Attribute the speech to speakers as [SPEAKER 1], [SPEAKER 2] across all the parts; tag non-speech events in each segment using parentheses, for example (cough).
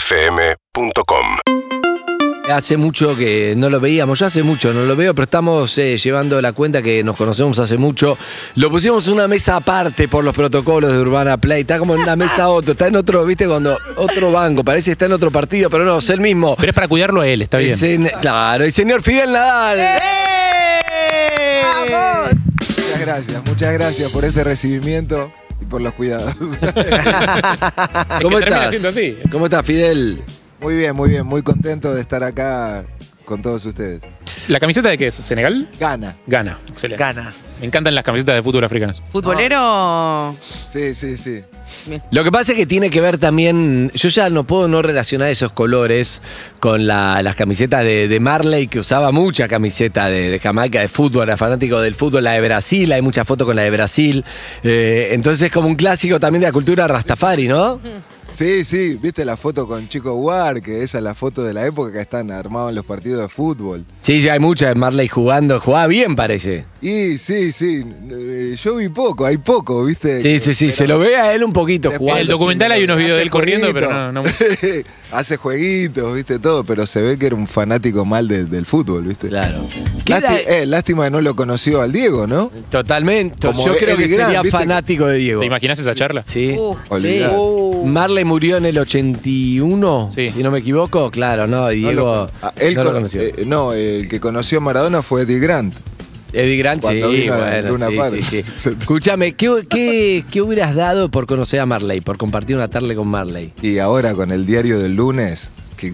[SPEAKER 1] UrbanaPlayFM.com
[SPEAKER 2] Hace mucho que no lo veíamos, yo hace mucho no lo veo, pero estamos eh, llevando la cuenta que nos conocemos hace mucho. Lo pusimos en una mesa aparte por los protocolos de Urbana Play, está como en una mesa
[SPEAKER 3] (laughs)
[SPEAKER 2] otro, está en otro, viste, cuando otro banco, parece que está en otro partido, pero no, es el mismo.
[SPEAKER 3] Pero es para cuidarlo a él, está bien.
[SPEAKER 2] El sen- claro, y señor Fidel Nadal.
[SPEAKER 4] Muchas gracias, muchas gracias por este recibimiento y por los cuidados. (laughs)
[SPEAKER 2] ¿Cómo
[SPEAKER 3] que termina
[SPEAKER 2] estás?
[SPEAKER 3] siendo así.
[SPEAKER 2] ¿Cómo estás, Fidel?
[SPEAKER 4] muy bien, muy bien, muy contento de estar acá con todos ustedes.
[SPEAKER 3] ¿La camiseta de qué es? ¿Senegal?
[SPEAKER 4] Gana.
[SPEAKER 3] Gana. Excelente.
[SPEAKER 5] Gana.
[SPEAKER 3] Me encantan las camisetas de fútbol africanas.
[SPEAKER 5] ¿Futbolero?
[SPEAKER 4] Sí, sí, sí.
[SPEAKER 2] Lo que pasa es que tiene que ver también, yo ya no puedo no relacionar esos colores con la- las camisetas de, de Marley, que usaba mucha camiseta de, de Jamaica, de fútbol, era fanático del fútbol, la de Brasil, hay muchas fotos con la de Brasil. Eh, entonces como un clásico también de la cultura Rastafari, ¿no?
[SPEAKER 4] Sí, sí, viste la foto con Chico War, que esa es la foto de la época que están armados en los partidos de fútbol.
[SPEAKER 2] Sí, ya hay mucha de Marley jugando, jugaba bien parece.
[SPEAKER 4] Y sí, sí, eh, yo vi poco, hay poco, viste.
[SPEAKER 2] Sí, sí, sí, se lo ve a él un poquito
[SPEAKER 4] Después
[SPEAKER 3] En
[SPEAKER 2] jugando.
[SPEAKER 3] el documental hay unos videos de él corriendo, pero no- no-
[SPEAKER 4] (laughs) Hace jueguitos, viste, todo, pero se ve que era un fanático mal de- del fútbol, viste.
[SPEAKER 2] Claro. ¿Qué
[SPEAKER 4] Lásti-
[SPEAKER 2] era-
[SPEAKER 4] eh, lástima que no lo conoció al Diego, ¿no?
[SPEAKER 2] Totalmente.
[SPEAKER 4] Como
[SPEAKER 2] Yo creo que
[SPEAKER 4] Eddie Grant,
[SPEAKER 2] sería
[SPEAKER 4] ¿viste?
[SPEAKER 2] fanático de Diego.
[SPEAKER 3] ¿Te imaginas esa charla?
[SPEAKER 2] Sí.
[SPEAKER 5] Uh,
[SPEAKER 4] Olvidate.
[SPEAKER 2] Marley murió en el 81,
[SPEAKER 3] Sí.
[SPEAKER 2] si no me equivoco, claro, no, y
[SPEAKER 4] No
[SPEAKER 2] Diego
[SPEAKER 4] lo- ah, él
[SPEAKER 2] no lo
[SPEAKER 4] con-
[SPEAKER 2] conoció.
[SPEAKER 4] eh, no, el que conoció a Maradona fue Eddie Grant.
[SPEAKER 2] Eddie Grant, sí,
[SPEAKER 4] cuando vino de
[SPEAKER 2] bueno,
[SPEAKER 4] Luna
[SPEAKER 2] sí,
[SPEAKER 4] Park. (laughs)
[SPEAKER 2] sí, sí. Escúchame, ¿qué, qué, qué hubieras dado por conocer a Marley, por compartir una tarde con Marley?
[SPEAKER 4] Y ahora con el diario del lunes, que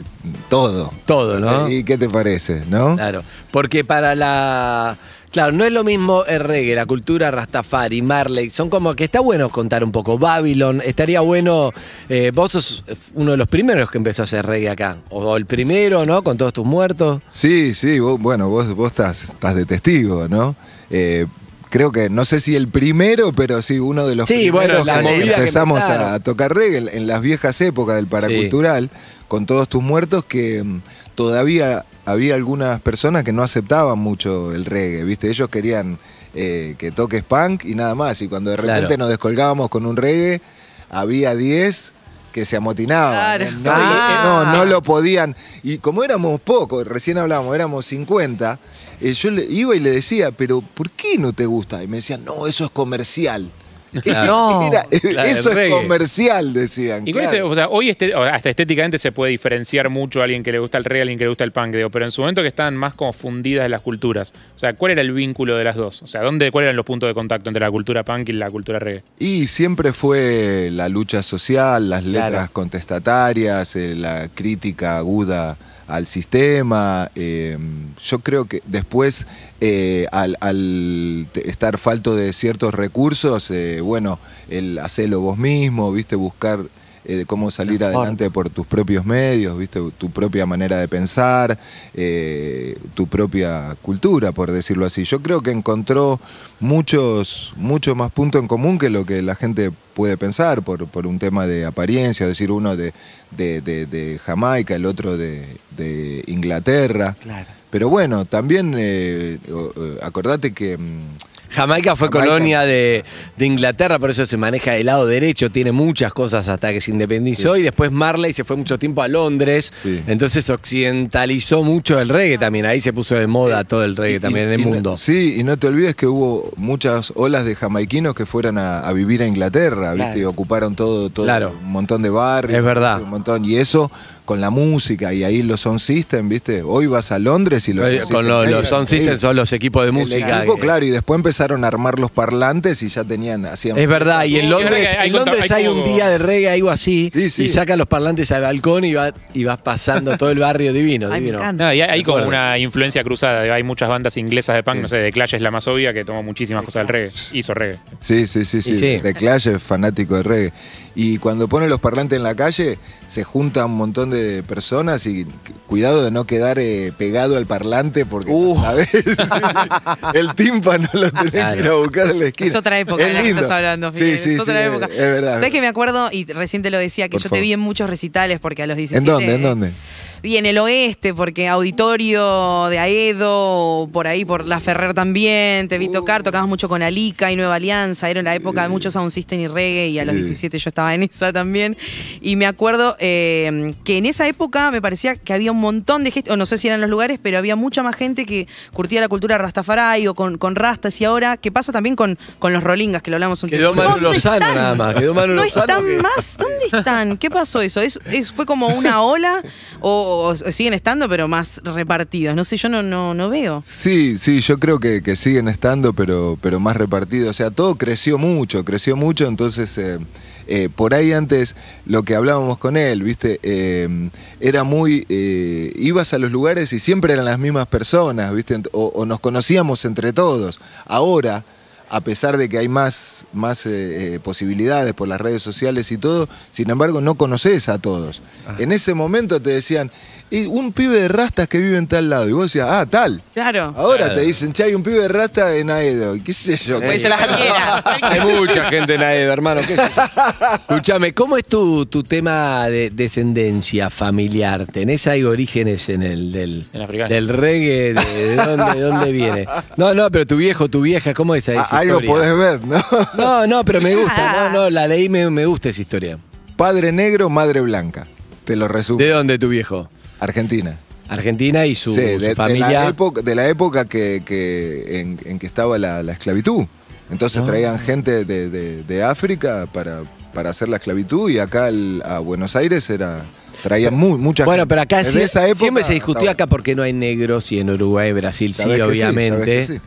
[SPEAKER 4] todo.
[SPEAKER 2] Todo, ¿no?
[SPEAKER 4] ¿Y qué te parece, no?
[SPEAKER 2] Claro, porque para la... Claro, no es lo mismo el reggae, la cultura Rastafari, Marley, son como que está bueno contar un poco. Babylon, estaría bueno, eh, vos sos uno de los primeros que empezó a hacer reggae acá, o, o el primero, ¿no? Con todos tus muertos.
[SPEAKER 4] Sí, sí, vos- bueno, vos, vos estás, estás de testigo, ¿no? Eh, creo que, no sé si el primero, pero sí, uno de los
[SPEAKER 2] Sí, bueno,
[SPEAKER 4] primeros
[SPEAKER 2] la
[SPEAKER 4] que
[SPEAKER 2] movida que
[SPEAKER 4] empezamos
[SPEAKER 2] empezaron.
[SPEAKER 4] a tocar reggae en- en las viejas épocas del paracultural, con todos tus muertos, que mm, todavía había algunas personas que no aceptaban mucho el reggae, ¿viste? Ellos querían eh, que toques punk y nada más, y cuando de
[SPEAKER 2] Claro.
[SPEAKER 4] repente nos descolgábamos con un reggae, había 10 que se amotinaban.
[SPEAKER 5] Claro.
[SPEAKER 4] ¿eh? No,
[SPEAKER 5] Ah.
[SPEAKER 4] no, no lo podían. Y como éramos pocos, recién hablábamos, éramos 50, eh, yo le- iba y le decía, pero ¿por qué no te gusta? Y me decían, no, eso es comercial. (laughs)
[SPEAKER 2] Claro.
[SPEAKER 4] No,
[SPEAKER 2] Claro,
[SPEAKER 4] eso
[SPEAKER 2] el
[SPEAKER 4] es
[SPEAKER 2] reggae.
[SPEAKER 4] comercial, decían.
[SPEAKER 3] Y con
[SPEAKER 4] claro.
[SPEAKER 3] ese- o sea, hoy este- o hasta estéticamente se puede diferenciar mucho a alguien que le gusta el reggae, a alguien que le gusta el punk, digo, pero en su momento que estaban más confundidas las culturas. O sea, ¿cuál era el vínculo de las dos? O sea, ¿dónde, ¿cuáles eran los puntos de contacto entre la cultura punk y la cultura reggae?
[SPEAKER 4] Y siempre fue la lucha social, las letras
[SPEAKER 2] Claro.
[SPEAKER 4] contestatarias, eh, la crítica aguda al sistema. eh, yo creo que después, eh, al, al te- estar falto de ciertos recursos, eh, bueno, el hacerlo vos mismo, viste, buscar eh, cómo salir adelante por tus propios medios, viste, tu propia manera de pensar, eh, tu propia cultura, por decirlo así. Yo creo que encontró muchos, mucho más punto en común que lo que la gente puede pensar por, por un tema de apariencia, es decir, uno de, de- de- de Jamaica, el otro de, de Inglaterra. Pero bueno, también eh, o- eh, acordate que mm,
[SPEAKER 2] Jamaica fue
[SPEAKER 4] Jamaica.
[SPEAKER 2] colonia de, de Inglaterra, por eso se maneja del lado derecho, tiene muchas cosas hasta que se independizó y después Marley se fue mucho tiempo a Londres,
[SPEAKER 4] Sí.
[SPEAKER 2] entonces occidentalizó mucho el reggae también, ahí se puso de moda todo el reggae
[SPEAKER 4] Eh, Y-
[SPEAKER 2] también
[SPEAKER 4] y-
[SPEAKER 2] en el
[SPEAKER 4] y no-
[SPEAKER 2] mundo.
[SPEAKER 4] sí, y no te olvides que hubo muchas olas de jamaiquinos que fueron a, a vivir a Inglaterra, ¿viste? Y ocuparon todo, todo
[SPEAKER 2] Claro.
[SPEAKER 4] un montón de barrios.
[SPEAKER 2] Es verdad.
[SPEAKER 4] Un montón. Y eso con la música, y ahí los Sound System, ¿viste? Hoy vas a Londres y los
[SPEAKER 2] Eh,
[SPEAKER 4] Sound
[SPEAKER 2] Con
[SPEAKER 4] System
[SPEAKER 2] lo-
[SPEAKER 4] ahí
[SPEAKER 2] los
[SPEAKER 4] es
[SPEAKER 2] Sound
[SPEAKER 4] increíble.
[SPEAKER 2] Systems son los equipos de
[SPEAKER 4] El
[SPEAKER 2] música.
[SPEAKER 4] equipo,
[SPEAKER 2] que-
[SPEAKER 4] claro, y después empezaron a armar los parlantes y ya tenían, hacían...
[SPEAKER 2] Es verdad, y en
[SPEAKER 3] Sí,
[SPEAKER 2] Londres,
[SPEAKER 3] es verdad que hay
[SPEAKER 2] en Londres
[SPEAKER 3] contra-
[SPEAKER 2] hay
[SPEAKER 3] hay
[SPEAKER 2] un
[SPEAKER 3] como-
[SPEAKER 2] día de reggae, algo así,
[SPEAKER 4] Sí, sí.
[SPEAKER 2] y sacan los parlantes al balcón y, va- y vas pasando todo el barrio divino,
[SPEAKER 5] Ay, me
[SPEAKER 2] divino.
[SPEAKER 5] encanta.
[SPEAKER 3] No, y hay, hay como
[SPEAKER 2] Recuerdo.
[SPEAKER 3] una influencia cruzada. digo, Hay muchas bandas inglesas de punk, no sé, The Clash es la más obvia que tomó muchísimas cosas del reggae. Hizo reggae.
[SPEAKER 4] Sí, sí, sí, sí.
[SPEAKER 2] sí.
[SPEAKER 4] The Clash es fanático de reggae. Y cuando ponen los parlantes en la calle, se junta un montón de personas y cu- cuidado de no quedar eh, pegado al parlante porque,
[SPEAKER 2] Uh.
[SPEAKER 4] ¿sabes? (laughs) El tímpano lo tenés que ir a
[SPEAKER 2] Claro.
[SPEAKER 4] buscar en la esquina.
[SPEAKER 5] Es otra época de la que
[SPEAKER 4] lindo.
[SPEAKER 5] estás hablando,
[SPEAKER 4] Sí,
[SPEAKER 5] Fidel,
[SPEAKER 4] sí,
[SPEAKER 5] es otra
[SPEAKER 4] sí,
[SPEAKER 5] época.
[SPEAKER 4] Es, es verdad.
[SPEAKER 5] ¿Sabes que me acuerdo? Y recién te lo decía, que
[SPEAKER 4] Por
[SPEAKER 5] yo
[SPEAKER 4] favor.
[SPEAKER 5] te vi en muchos recitales porque a los 17.
[SPEAKER 4] ¿En dónde? ¿En dónde?
[SPEAKER 5] Y en el oeste, porque auditorio de Aedo, o por ahí, por La Ferrer también, te vi tocar, tocabas mucho con Alica y Nueva Alianza, era la época de muchos Sound System y reggae, y a los
[SPEAKER 4] Sí.
[SPEAKER 5] 17 yo estaba en esa también. Y me acuerdo eh, que en esa época me parecía que había un montón de gente, o no sé si eran los lugares, pero había mucha más gente que curtía la cultura Rastafari o con, con Rastas, y ahora, ¿qué pasa también con, con los Rolingas, que lo hablamos un
[SPEAKER 2] Quedó Manu
[SPEAKER 5] ¿Dónde
[SPEAKER 2] Lozano
[SPEAKER 5] están?
[SPEAKER 2] nada más, quedó Manu
[SPEAKER 5] no
[SPEAKER 2] Lozano
[SPEAKER 5] están
[SPEAKER 2] que-
[SPEAKER 5] más. ¿Dónde están? ¿Qué pasó eso? ¿Es, es- fue como una ola o, o siguen estando pero más repartidos? No sé, yo no, no, no veo.
[SPEAKER 4] Sí, sí, yo creo que, que siguen estando, pero, pero más repartidos. O sea, todo creció mucho, creció mucho, entonces eh, eh, por ahí antes lo que hablábamos con él, viste, Eh, era muy, eh, ibas a los lugares y siempre eran las mismas personas, viste, Ent- o, o nos conocíamos entre todos. Ahora, a pesar de que hay más, más eh, eh, posibilidades por las redes sociales y todo, sin embargo no conoces a todos. En ese momento te decían, "Y un pibe de rastas que vive en tal lado, y vos decías, ah, tal.
[SPEAKER 5] Claro.
[SPEAKER 4] Ahora te dicen, che, hay un pibe de rasta en Aedo. ¿Qué sé yo?
[SPEAKER 5] Puede ser la cualquiera.
[SPEAKER 2] Hay mucha gente en AEDO, hermano. ¿qué es (laughs) eso? Escuchame, ¿cómo es tu, tu tema de descendencia familiar? ¿Tenés ahí orígenes en el del,
[SPEAKER 3] En africano.
[SPEAKER 2] del reggae? ¿De, de dónde, de dónde viene? No, no, pero tu viejo, tu vieja, ¿cómo es esa,
[SPEAKER 4] A-
[SPEAKER 2] esa
[SPEAKER 4] algo
[SPEAKER 2] historia?
[SPEAKER 4] podés ver, ¿no? (laughs)
[SPEAKER 2] No, no, pero me gusta. No, no, la leí, me, me gusta esa historia.
[SPEAKER 4] Padre negro, madre blanca. Te lo resumo.
[SPEAKER 2] ¿De dónde tu viejo?
[SPEAKER 4] Argentina.
[SPEAKER 2] Argentina y su,
[SPEAKER 4] Sí,
[SPEAKER 2] su
[SPEAKER 4] de, de
[SPEAKER 2] familia.
[SPEAKER 4] la época, de la época que, que- en, en que estaba la, la esclavitud. Entonces
[SPEAKER 2] Ah.
[SPEAKER 4] traían gente de, de- de África para, para hacer la esclavitud y acá al- a Buenos Aires era traían mu- mucha
[SPEAKER 2] Bueno,
[SPEAKER 4] gente.
[SPEAKER 2] pero acá
[SPEAKER 4] Desde
[SPEAKER 2] sí-
[SPEAKER 4] esa época
[SPEAKER 2] siempre se discutió
[SPEAKER 4] hasta
[SPEAKER 2] acá porque no hay negros y en Uruguay, Brasil sí,
[SPEAKER 4] Sabés que sí, sabés que
[SPEAKER 2] obviamente.
[SPEAKER 4] sí.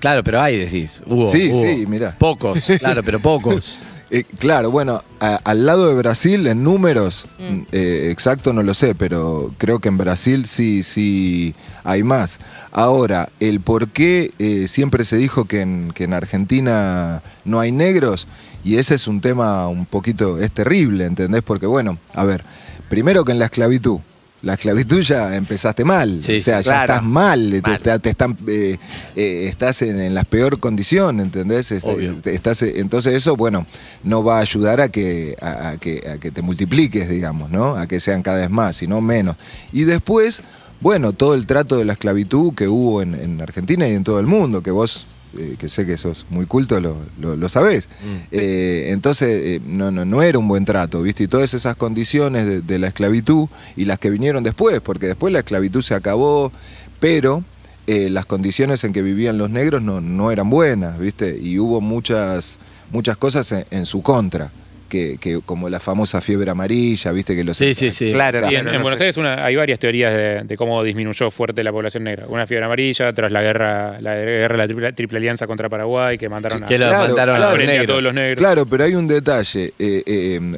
[SPEAKER 2] Claro, pero hay, decís. Hubo,
[SPEAKER 4] Sí,
[SPEAKER 2] hubo.
[SPEAKER 4] sí, mirá.
[SPEAKER 2] Pocos, claro, pero
[SPEAKER 4] (laughs)
[SPEAKER 2] pocos.
[SPEAKER 4] Eh, claro, bueno, a- al lado de Brasil, en números, eh, exacto no lo sé, pero creo que en Brasil sí, sí hay más. Ahora, el por qué eh, siempre se dijo que en, que en Argentina no hay negros, y ese es un tema un poquito, es terrible, ¿entendés? Porque bueno, a ver, primero que en la esclavitud. La esclavitud ya empezaste mal,
[SPEAKER 2] Sí,
[SPEAKER 4] o sea,
[SPEAKER 2] sí,
[SPEAKER 4] ya
[SPEAKER 2] claro.
[SPEAKER 4] estás mal, te-
[SPEAKER 2] Mal.
[SPEAKER 4] Te, te están, eh, eh, estás en, en las peor condición, ¿entendés? Este,
[SPEAKER 2] Obvio.
[SPEAKER 4] te- estás, entonces eso, bueno, no va a ayudar a que, a, a que, a que te multipliques, digamos, ¿no? A que sean cada vez más, sino menos. Y después, bueno, todo el trato de la esclavitud que hubo en, en Argentina y en todo el mundo, que vos, eh, que sé que sos muy culto, lo, lo, lo sabés. Eh, entonces, eh, no, no, no era un buen trato, ¿viste? Y todas esas condiciones de, de la esclavitud y las que vinieron después, porque después la esclavitud se acabó, pero eh, las condiciones en que vivían los negros no, no eran buenas, ¿viste? Y hubo muchas, muchas cosas en, en su contra, que, que como la famosa fiebre amarilla, ¿viste? Que los
[SPEAKER 2] Sí, sí, sí.
[SPEAKER 6] Claro,
[SPEAKER 3] Sí, en,
[SPEAKER 6] claro,
[SPEAKER 3] en
[SPEAKER 6] no
[SPEAKER 3] Buenos
[SPEAKER 6] sé.
[SPEAKER 3] Aires una- hay varias teorías de, de cómo disminuyó fuerte la población negra. Una fiebre amarilla, tras la guerra, la guerra de la triple, triple alianza contra Paraguay, que mandaron a,
[SPEAKER 2] Que lo
[SPEAKER 3] a la
[SPEAKER 4] Claro,
[SPEAKER 2] mandaron
[SPEAKER 4] claro.
[SPEAKER 2] a los
[SPEAKER 3] frente a
[SPEAKER 2] negros.
[SPEAKER 3] todos los negros.
[SPEAKER 4] Claro, pero hay un detalle. eh,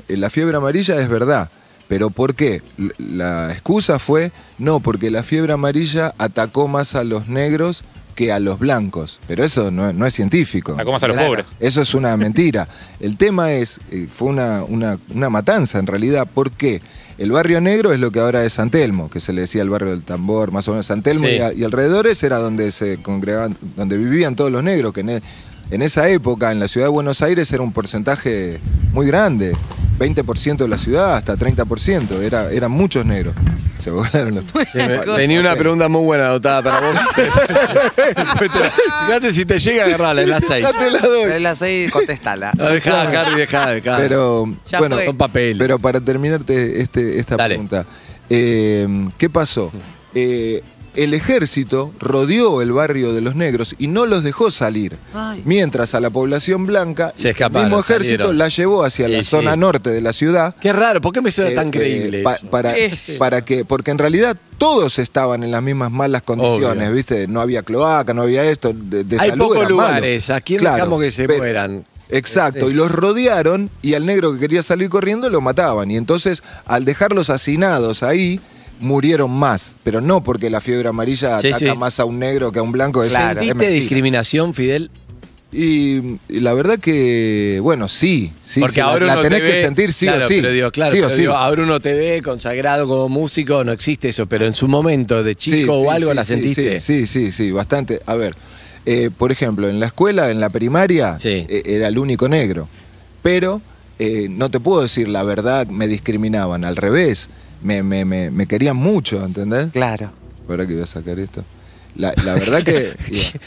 [SPEAKER 4] eh, la fiebre amarilla es verdad. Pero ¿por qué? L- La excusa fue, no, porque la fiebre amarilla atacó más a los negros que a los blancos. Pero eso no, es- no es científico.
[SPEAKER 3] Atacó más a los
[SPEAKER 4] Claro.
[SPEAKER 3] pobres.
[SPEAKER 4] Eso es una mentira. El tema es, eh, fue una, una- una matanza en realidad. ¿Por qué? El barrio negro es lo que ahora es San Telmo, que se le decía el barrio del tambor, más o menos San Telmo
[SPEAKER 2] Sí.
[SPEAKER 4] y, a- y alrededores era donde se congregaban, donde vivían todos los negros, que en, e- en esa época en la ciudad de Buenos Aires era un porcentaje muy grande, 20% de la ciudad hasta 30%, era, eran muchos negros. Se volaron los... (laughs)
[SPEAKER 2] Sí, me- Tenía una pregunta muy buena anotada para vos. Fíjate si te llega a agarrarla en las seis.
[SPEAKER 4] Ya te la doy.
[SPEAKER 6] Pero la seis, contestala.
[SPEAKER 2] No, dejá, Harry, dejá, dejá.
[SPEAKER 4] Pero
[SPEAKER 5] Ya
[SPEAKER 4] bueno,
[SPEAKER 5] fue.
[SPEAKER 2] Son papeles.
[SPEAKER 4] Pero para terminarte este, esta
[SPEAKER 2] Dale.
[SPEAKER 4] pregunta, eh, ¿qué pasó? Eh, el ejército rodeó el barrio de los negros y no los dejó salir. Mientras a la población blanca,
[SPEAKER 2] Se
[SPEAKER 4] el
[SPEAKER 2] escaparon,
[SPEAKER 4] mismo ejército
[SPEAKER 2] salieron.
[SPEAKER 4] la llevó hacia
[SPEAKER 2] Sí,
[SPEAKER 4] la
[SPEAKER 2] sí.
[SPEAKER 4] zona norte de la ciudad.
[SPEAKER 2] Qué raro, ¿por qué me suena
[SPEAKER 4] eh,
[SPEAKER 2] tan
[SPEAKER 4] eh,
[SPEAKER 2] creíble?
[SPEAKER 4] pa-
[SPEAKER 2] eso?
[SPEAKER 4] para,
[SPEAKER 5] Sí.
[SPEAKER 4] para que, porque en realidad todos estaban en las mismas malas condiciones,
[SPEAKER 2] Obvio.
[SPEAKER 4] ¿viste? No había cloaca, no había esto, de, de
[SPEAKER 2] Hay
[SPEAKER 4] salud
[SPEAKER 2] pocos
[SPEAKER 4] era malo.
[SPEAKER 2] lugares, ¿a quién
[SPEAKER 4] Claro,
[SPEAKER 2] dejamos que se
[SPEAKER 4] pero-
[SPEAKER 2] mueran?
[SPEAKER 4] Exacto, y los rodearon y al negro que quería salir corriendo lo mataban. Y entonces, al dejarlos hacinados ahí, murieron más. Pero no porque la fiebre amarilla
[SPEAKER 2] Sí,
[SPEAKER 4] ataca
[SPEAKER 2] sí.
[SPEAKER 4] más a un negro que a un blanco. pues, es-
[SPEAKER 6] Claro.
[SPEAKER 4] es
[SPEAKER 2] ¿Sentiste
[SPEAKER 4] mentira.
[SPEAKER 2] discriminación, Fidel?
[SPEAKER 4] y, y la verdad que, bueno, sí, sí,
[SPEAKER 2] Porque
[SPEAKER 4] sí, la-
[SPEAKER 2] ahora
[SPEAKER 4] la,
[SPEAKER 2] uno
[SPEAKER 4] tenés
[SPEAKER 2] te
[SPEAKER 4] que
[SPEAKER 2] ve-
[SPEAKER 4] sentir sí
[SPEAKER 2] claro,
[SPEAKER 4] o sí.
[SPEAKER 2] pero digo, claro,
[SPEAKER 4] sí o
[SPEAKER 2] pero
[SPEAKER 4] sí.
[SPEAKER 2] digo, ahora uno te ve consagrado como músico, no existe eso, pero en su momento de chico
[SPEAKER 4] Sí, sí,
[SPEAKER 2] o algo
[SPEAKER 4] sí,
[SPEAKER 2] la
[SPEAKER 4] sí,
[SPEAKER 2] sentiste.
[SPEAKER 4] Sí, sí, sí, sí, bastante. A ver, eh, por ejemplo, en la escuela, en la primaria,
[SPEAKER 2] Sí.
[SPEAKER 4] eh, era el único negro. Pero eh, no te puedo decir la verdad, me discriminaban. Al revés, me, me, me, me querían mucho, ¿entendés?
[SPEAKER 6] Claro.
[SPEAKER 4] Ahora que voy a sacar esto. La, la
[SPEAKER 2] (laughs)
[SPEAKER 4] verdad que.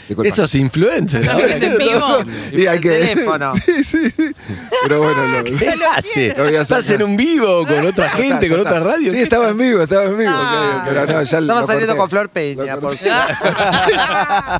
[SPEAKER 4] disculpa. (laughs)
[SPEAKER 2] Esos influencers.
[SPEAKER 5] No, que te pido.
[SPEAKER 4] Y hay
[SPEAKER 6] El
[SPEAKER 4] que-
[SPEAKER 6] teléfono.
[SPEAKER 4] (laughs) Sí, sí. sí. Pero bueno,
[SPEAKER 6] (laughs)
[SPEAKER 4] lo-
[SPEAKER 2] ¿Qué hace?
[SPEAKER 4] Lo voy a
[SPEAKER 2] ¿Estás
[SPEAKER 4] sacar.
[SPEAKER 2] en un vivo con otra
[SPEAKER 4] Ya está,
[SPEAKER 2] gente,
[SPEAKER 4] ya
[SPEAKER 2] con
[SPEAKER 4] está.
[SPEAKER 2] otra radio?
[SPEAKER 4] Sí, estaba en vivo, estaba en vivo.
[SPEAKER 6] Ah.
[SPEAKER 4] ok, pero no, ya lo
[SPEAKER 6] Estamos
[SPEAKER 4] corté.
[SPEAKER 6] saliendo con Flor
[SPEAKER 4] Lo
[SPEAKER 6] Peña.
[SPEAKER 4] corté.
[SPEAKER 6] Por...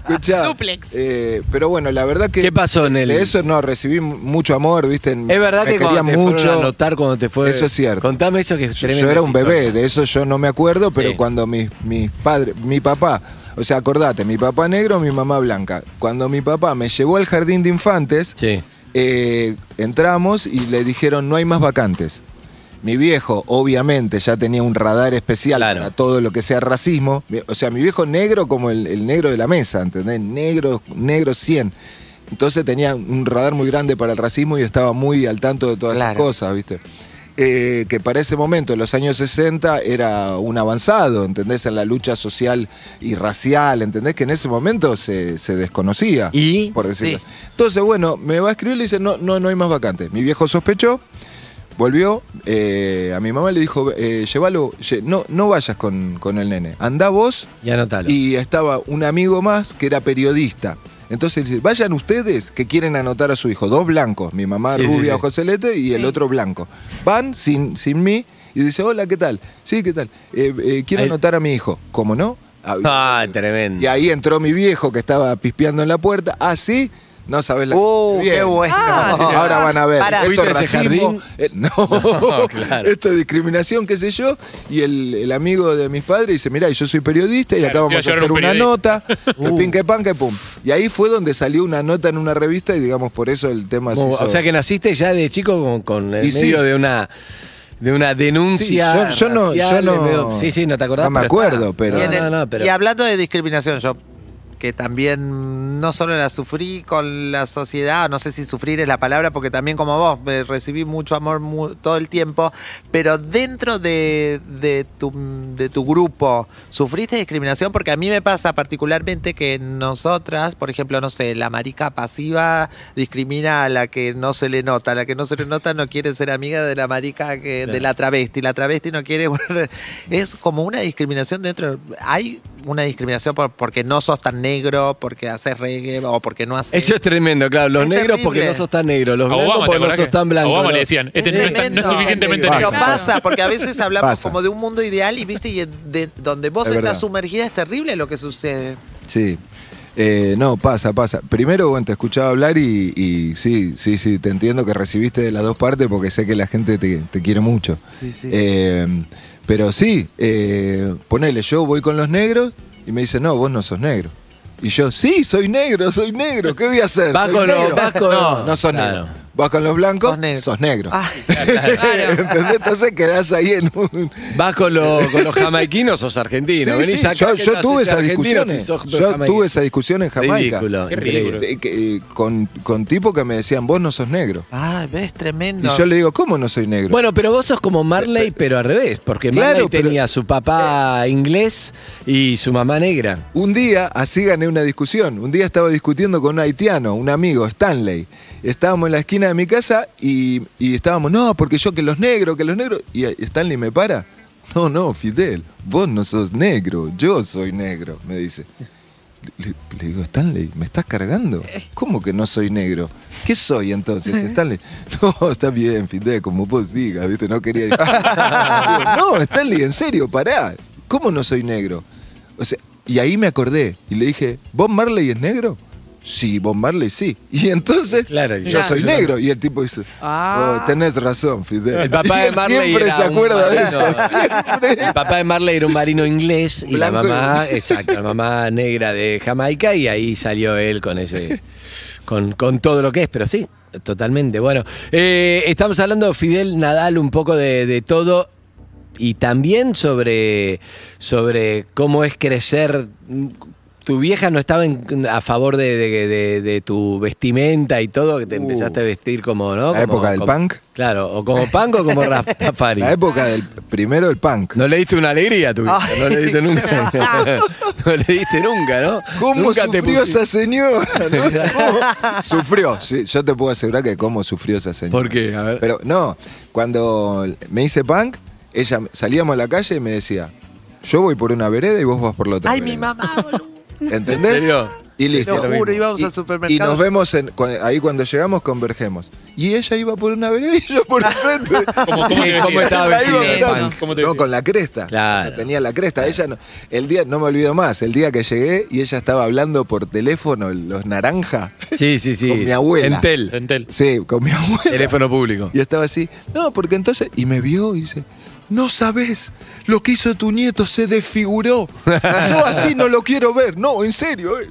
[SPEAKER 4] Escuchá,
[SPEAKER 5] Duplex.
[SPEAKER 4] eh, pero bueno, la verdad que.
[SPEAKER 2] ¿Qué pasó en el-
[SPEAKER 4] De eso no, recibí m- mucho amor, ¿viste?
[SPEAKER 2] Es verdad
[SPEAKER 4] me
[SPEAKER 2] que cuando
[SPEAKER 4] quería
[SPEAKER 2] te
[SPEAKER 4] mucho.
[SPEAKER 2] fueron a anotar cuando te fue.
[SPEAKER 4] Eso es cierto.
[SPEAKER 2] Contame eso que es
[SPEAKER 4] Yo,
[SPEAKER 2] tremendo
[SPEAKER 4] yo era un
[SPEAKER 2] esa
[SPEAKER 4] bebé,
[SPEAKER 2] historia.
[SPEAKER 4] de eso yo no me acuerdo, pero
[SPEAKER 2] Sí.
[SPEAKER 4] cuando mis mis padres, mi papá, o sea, acordate, mi papá negro, mi mamá blanca. Cuando mi papá me llevó al jardín de infantes,
[SPEAKER 2] Sí.
[SPEAKER 4] eh, entramos y le dijeron no hay más vacantes. Mi viejo, obviamente, ya tenía un radar especial
[SPEAKER 2] Claro.
[SPEAKER 4] para todo lo que sea racismo. O sea, mi viejo negro como el, el negro de la mesa, ¿entendés? Negro, negro 100. Entonces tenía un radar muy grande para el racismo y estaba muy al tanto de todas
[SPEAKER 6] Claro.
[SPEAKER 4] esas cosas, ¿viste? Eh, que para ese momento, en los años 60, era un avanzado, ¿entendés? En la lucha social y racial, ¿entendés? Que en ese momento se, se desconocía,
[SPEAKER 2] ¿Y?
[SPEAKER 4] por decirlo.
[SPEAKER 6] Sí.
[SPEAKER 4] Entonces, bueno, me va a escribir y le dice, no, no, no hay más vacantes. Mi viejo sospechó, volvió, eh, a mi mamá le dijo, eh, llévalo, lle- no, no vayas con, con el nene, andá vos
[SPEAKER 2] Y anotalo.
[SPEAKER 4] y estaba un amigo más que era periodista. Entonces dice, vayan ustedes que quieren anotar a su hijo. Dos blancos, mi mamá
[SPEAKER 2] Sí, sí,
[SPEAKER 4] rubia
[SPEAKER 2] sí.
[SPEAKER 4] ojos celeste y el otro blanco. Van sin, sin mí y dice, hola, ¿qué tal? Sí, ¿qué tal? Eh, eh, quiero
[SPEAKER 2] Ahí-
[SPEAKER 4] anotar a mi hijo. ¿Cómo no? Ah,
[SPEAKER 2] Ah, tremendo.
[SPEAKER 4] Y ahí entró mi viejo que estaba pispeando en la puerta. Ah, sí, no sabes la...
[SPEAKER 6] Uh,
[SPEAKER 4] Bien.
[SPEAKER 6] qué bueno.
[SPEAKER 5] Ah,
[SPEAKER 4] Ahora van a ver,
[SPEAKER 6] Pará.
[SPEAKER 4] esto
[SPEAKER 2] Oh, ¿Fuiste
[SPEAKER 4] es
[SPEAKER 2] a ese
[SPEAKER 4] racismo,
[SPEAKER 2] jardín?
[SPEAKER 4] eh, no,
[SPEAKER 2] (laughs) No, claro.
[SPEAKER 4] esto es discriminación, qué sé yo, y el, el amigo de mis padres dice, mirá, yo soy periodista y
[SPEAKER 3] Claro,
[SPEAKER 4] acá
[SPEAKER 3] te iba a
[SPEAKER 4] vamos a
[SPEAKER 3] llevar
[SPEAKER 4] hacer
[SPEAKER 3] un
[SPEAKER 4] una
[SPEAKER 3] periodista.
[SPEAKER 2] (laughs)
[SPEAKER 4] nota, que pin, que pan, que pum. Y ahí fue donde salió una nota en una revista y digamos, por eso el tema se
[SPEAKER 2] Como-
[SPEAKER 4] hizo-
[SPEAKER 2] o sea que naciste ya de chico con, con el
[SPEAKER 4] Y sí.
[SPEAKER 2] medio de una de una denuncia.
[SPEAKER 4] Sí, yo- yo no-
[SPEAKER 2] racial,
[SPEAKER 4] yo no-
[SPEAKER 2] de medio- sí, sí, no te acordás.
[SPEAKER 4] no me
[SPEAKER 2] pero está.
[SPEAKER 4] acuerdo, pero-
[SPEAKER 6] Y, en
[SPEAKER 2] No,
[SPEAKER 6] el-
[SPEAKER 2] no, no, pero.
[SPEAKER 6] y hablando de discriminación, yo que también no solo la sufrí con la sociedad, no sé si sufrir es la palabra, porque también como vos me recibí mucho amor mu- todo el tiempo, pero dentro de, de tu, de tu grupo, ¿sufriste discriminación? Porque a mí me pasa particularmente que nosotras, por ejemplo, no sé, la marica pasiva discrimina a la que no se le nota, la que no se le nota no quiere ser amiga de la marica, que, de la travesti, la travesti no quiere... (laughs) es como una discriminación dentro, hay una discriminación por, porque no sos tan negro, porque haces reggae o porque no haces...
[SPEAKER 2] Eso es tremendo, claro. Los
[SPEAKER 6] Es
[SPEAKER 2] negros porque
[SPEAKER 6] terrible.
[SPEAKER 2] no sos tan negro, los
[SPEAKER 3] A
[SPEAKER 2] blancos
[SPEAKER 3] Obama, ¿te
[SPEAKER 2] porque no
[SPEAKER 3] acordás
[SPEAKER 2] sos
[SPEAKER 3] que-
[SPEAKER 2] tan blanco.
[SPEAKER 3] a Obama
[SPEAKER 2] ¿no?
[SPEAKER 3] le decían, este no es, tan- no es
[SPEAKER 6] Tremendo.
[SPEAKER 3] suficientemente
[SPEAKER 4] Pasa.
[SPEAKER 6] Pero
[SPEAKER 3] negro.
[SPEAKER 6] pasa, porque a veces hablamos
[SPEAKER 4] Pasa.
[SPEAKER 6] como de un mundo ideal y viste, y en- de, donde vos
[SPEAKER 4] Es
[SPEAKER 6] estás
[SPEAKER 4] verdad.
[SPEAKER 6] sumergida es terrible lo que sucede.
[SPEAKER 4] Sí. Eh, no, pasa, pasa. Primero, bueno, te escuchaba hablar y, y sí, sí, sí, te entiendo que recibiste de las dos partes porque sé que la gente te, te quiere mucho.
[SPEAKER 6] Sí, sí.
[SPEAKER 4] Eh, pero sí, eh, ponele, yo voy con los negros y me dicen, no, vos no sos negro. Y yo, sí, soy negro, soy negro, ¿qué voy a hacer?
[SPEAKER 2] Vas
[SPEAKER 4] Soy
[SPEAKER 2] con los-
[SPEAKER 4] negro".
[SPEAKER 2] vas con-
[SPEAKER 4] No, no sos
[SPEAKER 2] Claro.
[SPEAKER 4] negro. Vas con los blancos,
[SPEAKER 6] Sos negro.
[SPEAKER 4] sos negro.
[SPEAKER 6] Ah,
[SPEAKER 4] (laughs) ¿Entendés? Entonces quedás ahí en un,
[SPEAKER 2] Vas con, los- con los jamaiquinos, sos argentino.
[SPEAKER 4] Sí,
[SPEAKER 2] Venís
[SPEAKER 4] sí,
[SPEAKER 2] acá,
[SPEAKER 4] yo,
[SPEAKER 2] ¿qué
[SPEAKER 4] yo
[SPEAKER 2] tal si
[SPEAKER 4] tuve
[SPEAKER 2] sos
[SPEAKER 4] esas
[SPEAKER 2] argentino,
[SPEAKER 4] discusiones.
[SPEAKER 2] si sos
[SPEAKER 4] yo
[SPEAKER 2] jamaiquino?
[SPEAKER 4] tuve esa discusión en Jamaica.
[SPEAKER 2] Ridículo,
[SPEAKER 3] Qué
[SPEAKER 2] increíble.
[SPEAKER 3] ridículo.
[SPEAKER 4] Eh, que, eh, con, con tipos que me decían, vos no sos negro.
[SPEAKER 6] Ay, ves, tremendo.
[SPEAKER 4] Y yo le digo, ¿cómo no soy negro?
[SPEAKER 2] Bueno, pero vos sos como Marley, pero al revés, porque
[SPEAKER 4] Claro,
[SPEAKER 2] Marley tenía
[SPEAKER 4] pero-
[SPEAKER 2] su papá inglés y su mamá negra.
[SPEAKER 4] Un día, así gané una discusión. Un día estaba discutiendo con un haitiano, un amigo, Stanley. Estábamos en la esquina de mi casa y, y estábamos, no, porque yo que los negros, que los negros. Y Stanley me para. No, no, Fidel, vos no sos negro, yo soy negro, me dice. Le, le digo, Stanley, ¿me estás cargando? ¿Cómo que no soy negro? ¿Qué soy entonces, Stanley? No, está bien, Fidel, como vos digas, ¿viste? No quería decir. (laughs) Digo, no, Stanley, en serio, pará. ¿Cómo no soy negro? O sea, y ahí me acordé y le dije, ¿Bob Marley es negro? Sí, Bob Marley sí. Y entonces,
[SPEAKER 2] Claro,
[SPEAKER 4] yo
[SPEAKER 2] claro.
[SPEAKER 4] soy negro. Y el tipo dice,
[SPEAKER 5] Ah.
[SPEAKER 4] "Oh, tenés razón, Fidel.
[SPEAKER 2] El papá
[SPEAKER 4] (laughs) Y
[SPEAKER 2] de
[SPEAKER 4] él
[SPEAKER 2] Marley
[SPEAKER 4] siempre
[SPEAKER 2] era
[SPEAKER 4] se
[SPEAKER 2] un
[SPEAKER 4] acuerda de
[SPEAKER 2] marino.
[SPEAKER 4] eso,
[SPEAKER 2] (laughs)
[SPEAKER 4] siempre.
[SPEAKER 2] El papá de Marley era un marino inglés y la
[SPEAKER 4] Blanco y-
[SPEAKER 2] mamá, exacto, la mamá negra de Jamaica y ahí salió él con ese, con, con todo lo que es, pero sí, totalmente. Bueno, eh, estamos hablando de Fidel Nadal un poco de, de todo y también sobre, sobre cómo es crecer. Tu vieja no estaba en- a favor de, de- de- de tu vestimenta y todo, que te
[SPEAKER 4] Uh.
[SPEAKER 2] empezaste a vestir como, ¿no?
[SPEAKER 4] La
[SPEAKER 2] Como-
[SPEAKER 4] época del
[SPEAKER 2] como-
[SPEAKER 4] punk.
[SPEAKER 2] Claro, o como punk o
[SPEAKER 4] (laughs)
[SPEAKER 2] como Rastafari.
[SPEAKER 4] La época del primero el punk.
[SPEAKER 2] No le diste una alegría a tu vida, no le diste nunca.
[SPEAKER 4] (laughs)
[SPEAKER 2] (laughs) no le diste nunca, ¿no?
[SPEAKER 4] ¿Cómo
[SPEAKER 2] nunca te
[SPEAKER 4] sufrió
[SPEAKER 2] pusiste-
[SPEAKER 4] esa (laughs) señora?
[SPEAKER 2] (laughs)
[SPEAKER 4] no? ¿Cómo? sufrió, sí, yo te puedo asegurar que cómo sufrió esa señora.
[SPEAKER 2] ¿Por qué? A ver.
[SPEAKER 4] Pero no, cuando me hice punk, Ella salíamos a la calle y me decía, yo voy por una vereda y vos vas por la otra.
[SPEAKER 6] Ay, mi
[SPEAKER 4] vereda".
[SPEAKER 6] mamá, boludo.
[SPEAKER 4] ¿Entendés?
[SPEAKER 2] ¿En serio?
[SPEAKER 4] Y listo.
[SPEAKER 6] Te lo juro, íbamos
[SPEAKER 4] Y-
[SPEAKER 6] al supermercado.
[SPEAKER 4] Y nos vemos en- cu- ahí cuando llegamos, convergemos. Y ella iba por una vereda y yo por el frente.
[SPEAKER 6] (laughs)
[SPEAKER 3] ¿Cómo-
[SPEAKER 4] (laughs)
[SPEAKER 3] cómo te
[SPEAKER 2] ¿Cómo
[SPEAKER 3] vestía?
[SPEAKER 2] estaba
[SPEAKER 4] La
[SPEAKER 2] vestida
[SPEAKER 4] iba
[SPEAKER 2] de
[SPEAKER 4] mirando.
[SPEAKER 5] punk?
[SPEAKER 3] ¿Cómo te
[SPEAKER 4] No,
[SPEAKER 3] vestía?
[SPEAKER 4] con la cresta.
[SPEAKER 2] Claro.
[SPEAKER 4] No tenía la cresta. Ella no, el día, no me olvido más, el día que llegué y ella estaba hablando por teléfono,
[SPEAKER 2] (laughs)
[SPEAKER 4] los naranja.
[SPEAKER 2] Sí, sí, sí.
[SPEAKER 4] Con mi abuela. (laughs)
[SPEAKER 2] Entel.
[SPEAKER 3] Entel.
[SPEAKER 4] Sí, con mi abuela.
[SPEAKER 2] Teléfono público.
[SPEAKER 4] Y estaba así, no, porque entonces. Y me vio y dice, no sabes, lo que hizo tu nieto se desfiguró. Yo así no lo quiero ver. No, en serio. eh".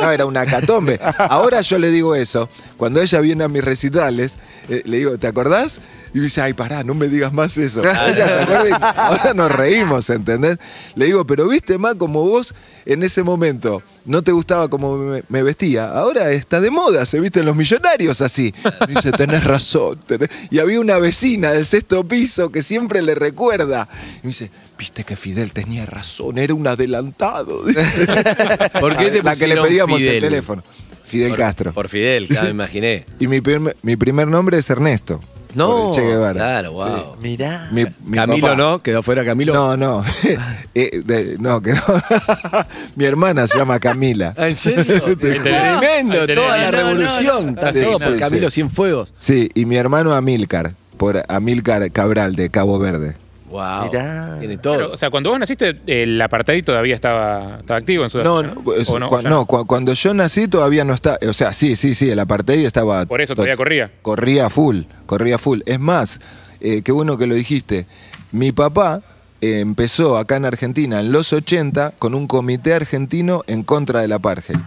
[SPEAKER 4] No, era una catombe. Ahora yo le digo eso. Cuando ella viene a mis recitales, eh, le digo, ¿te acordás? Y dice, ay, pará, no me digas más eso. Ella se acuerda y ahora nos reímos, ¿entendés? Le digo, pero viste, más como vos en ese momento. No te gustaba como me, me vestía. Ahora está de moda, se visten los millonarios así. Me Dice, tenés razón. tenés-". Y había una vecina del sexto piso que siempre le recuerda. Y me dice, viste que Fidel tenía razón, era un adelantado. dice.
[SPEAKER 2] (laughs) ¿Por qué te
[SPEAKER 4] La que le
[SPEAKER 2] pusieron
[SPEAKER 4] pedíamos el
[SPEAKER 2] Fidel?
[SPEAKER 4] teléfono. Fidel
[SPEAKER 2] Por-
[SPEAKER 4] Castro.
[SPEAKER 2] Por Fidel, ya me imaginé.
[SPEAKER 4] Y mi primer, mi primer nombre es Ernesto.
[SPEAKER 2] No,
[SPEAKER 4] por el Che Guevara.
[SPEAKER 2] claro, wow.
[SPEAKER 6] Mirá.
[SPEAKER 4] Mi- mi
[SPEAKER 2] Camilo
[SPEAKER 4] papá.
[SPEAKER 2] no, quedó fuera Camilo.
[SPEAKER 4] No, no. (laughs) Eh, de- no, que no. (laughs) mi hermana se llama Camila.
[SPEAKER 2] Ah, ¿En
[SPEAKER 4] (laughs)
[SPEAKER 2] serio? Tremendo,
[SPEAKER 3] Ahí tenés.
[SPEAKER 2] toda la
[SPEAKER 5] No, no, no.
[SPEAKER 2] revolución. Está
[SPEAKER 4] Sí,
[SPEAKER 2] todo
[SPEAKER 4] sí,
[SPEAKER 2] por
[SPEAKER 4] sí.
[SPEAKER 2] Camilo Cienfuegos.
[SPEAKER 4] Sí, y mi hermano Amílcar, por Amílcar Cabral de Cabo Verde.
[SPEAKER 2] Wow.
[SPEAKER 6] Mirá.
[SPEAKER 2] Tiene
[SPEAKER 3] Pero,
[SPEAKER 2] todo.
[SPEAKER 3] o sea, cuando vos naciste, el apartheid todavía estaba, estaba activo en
[SPEAKER 4] No,
[SPEAKER 3] Sudáfrica.
[SPEAKER 4] no, es-
[SPEAKER 3] ¿O no?
[SPEAKER 4] cua-
[SPEAKER 3] Ya.
[SPEAKER 4] no, cua- cuando yo nací todavía no estaba, o sea, sí, sí, sí, el apartheid estaba...
[SPEAKER 3] Por eso
[SPEAKER 4] to-
[SPEAKER 3] todavía corría.
[SPEAKER 4] Corría full, corría full. Es más, eh, qué bueno que lo dijiste. Mi papá eh, empezó acá en Argentina en los 80 con un comité argentino en contra del apartheid.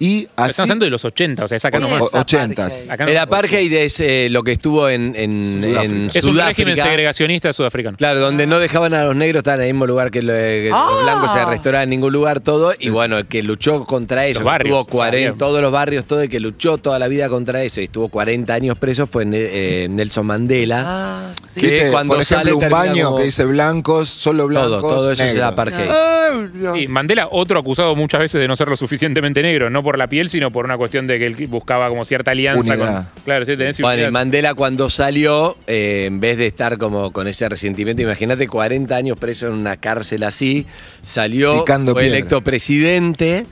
[SPEAKER 4] Y así...
[SPEAKER 3] Estamos hablando de los 80, o sea, saca nomás.
[SPEAKER 4] o- 80s.
[SPEAKER 3] Acá no-
[SPEAKER 2] El apartheid es eh, lo que estuvo en, en-
[SPEAKER 4] Sudáfrica.
[SPEAKER 2] en
[SPEAKER 4] Es
[SPEAKER 3] es un régimen
[SPEAKER 2] Sudáfrica.
[SPEAKER 3] segregacionista sudafricano.
[SPEAKER 2] Claro, donde no dejaban a los negros estar en el mismo lugar que, lo- que
[SPEAKER 5] Ah.
[SPEAKER 2] los blancos se restauraban en ningún lugar, todo. Y bueno, el que luchó contra eso, que
[SPEAKER 3] barrios,
[SPEAKER 2] estuvo 40,
[SPEAKER 3] también.
[SPEAKER 2] todos los barrios, todo, el que luchó toda la vida contra eso y estuvo 40 años preso fue Ne- eh, Nelson Mandela.
[SPEAKER 6] Ah, sí.
[SPEAKER 2] que
[SPEAKER 4] ¿Viste?
[SPEAKER 2] cuando
[SPEAKER 4] Por
[SPEAKER 2] sale
[SPEAKER 4] ejemplo, un
[SPEAKER 2] termina
[SPEAKER 4] baño
[SPEAKER 2] como-
[SPEAKER 4] que dice blancos,
[SPEAKER 2] todo,
[SPEAKER 4] solo blancos,
[SPEAKER 2] todo eso es el
[SPEAKER 4] negros.
[SPEAKER 2] apartheid.
[SPEAKER 6] Ay, Dios.
[SPEAKER 3] Y Mandela, otro acusado muchas veces de no ser lo suficientemente negro, no por la piel, sino por una cuestión de que él buscaba como cierta alianza
[SPEAKER 4] Unidad.
[SPEAKER 3] con. Claro, sí, tenés
[SPEAKER 2] Bueno, y
[SPEAKER 3] unidad.
[SPEAKER 2] Mandela cuando salió, eh, en vez de estar como con ese resentimiento, imagínate 40 años preso en una cárcel así, salió,
[SPEAKER 4] Picando
[SPEAKER 2] fue
[SPEAKER 4] piedra.
[SPEAKER 2] electo presidente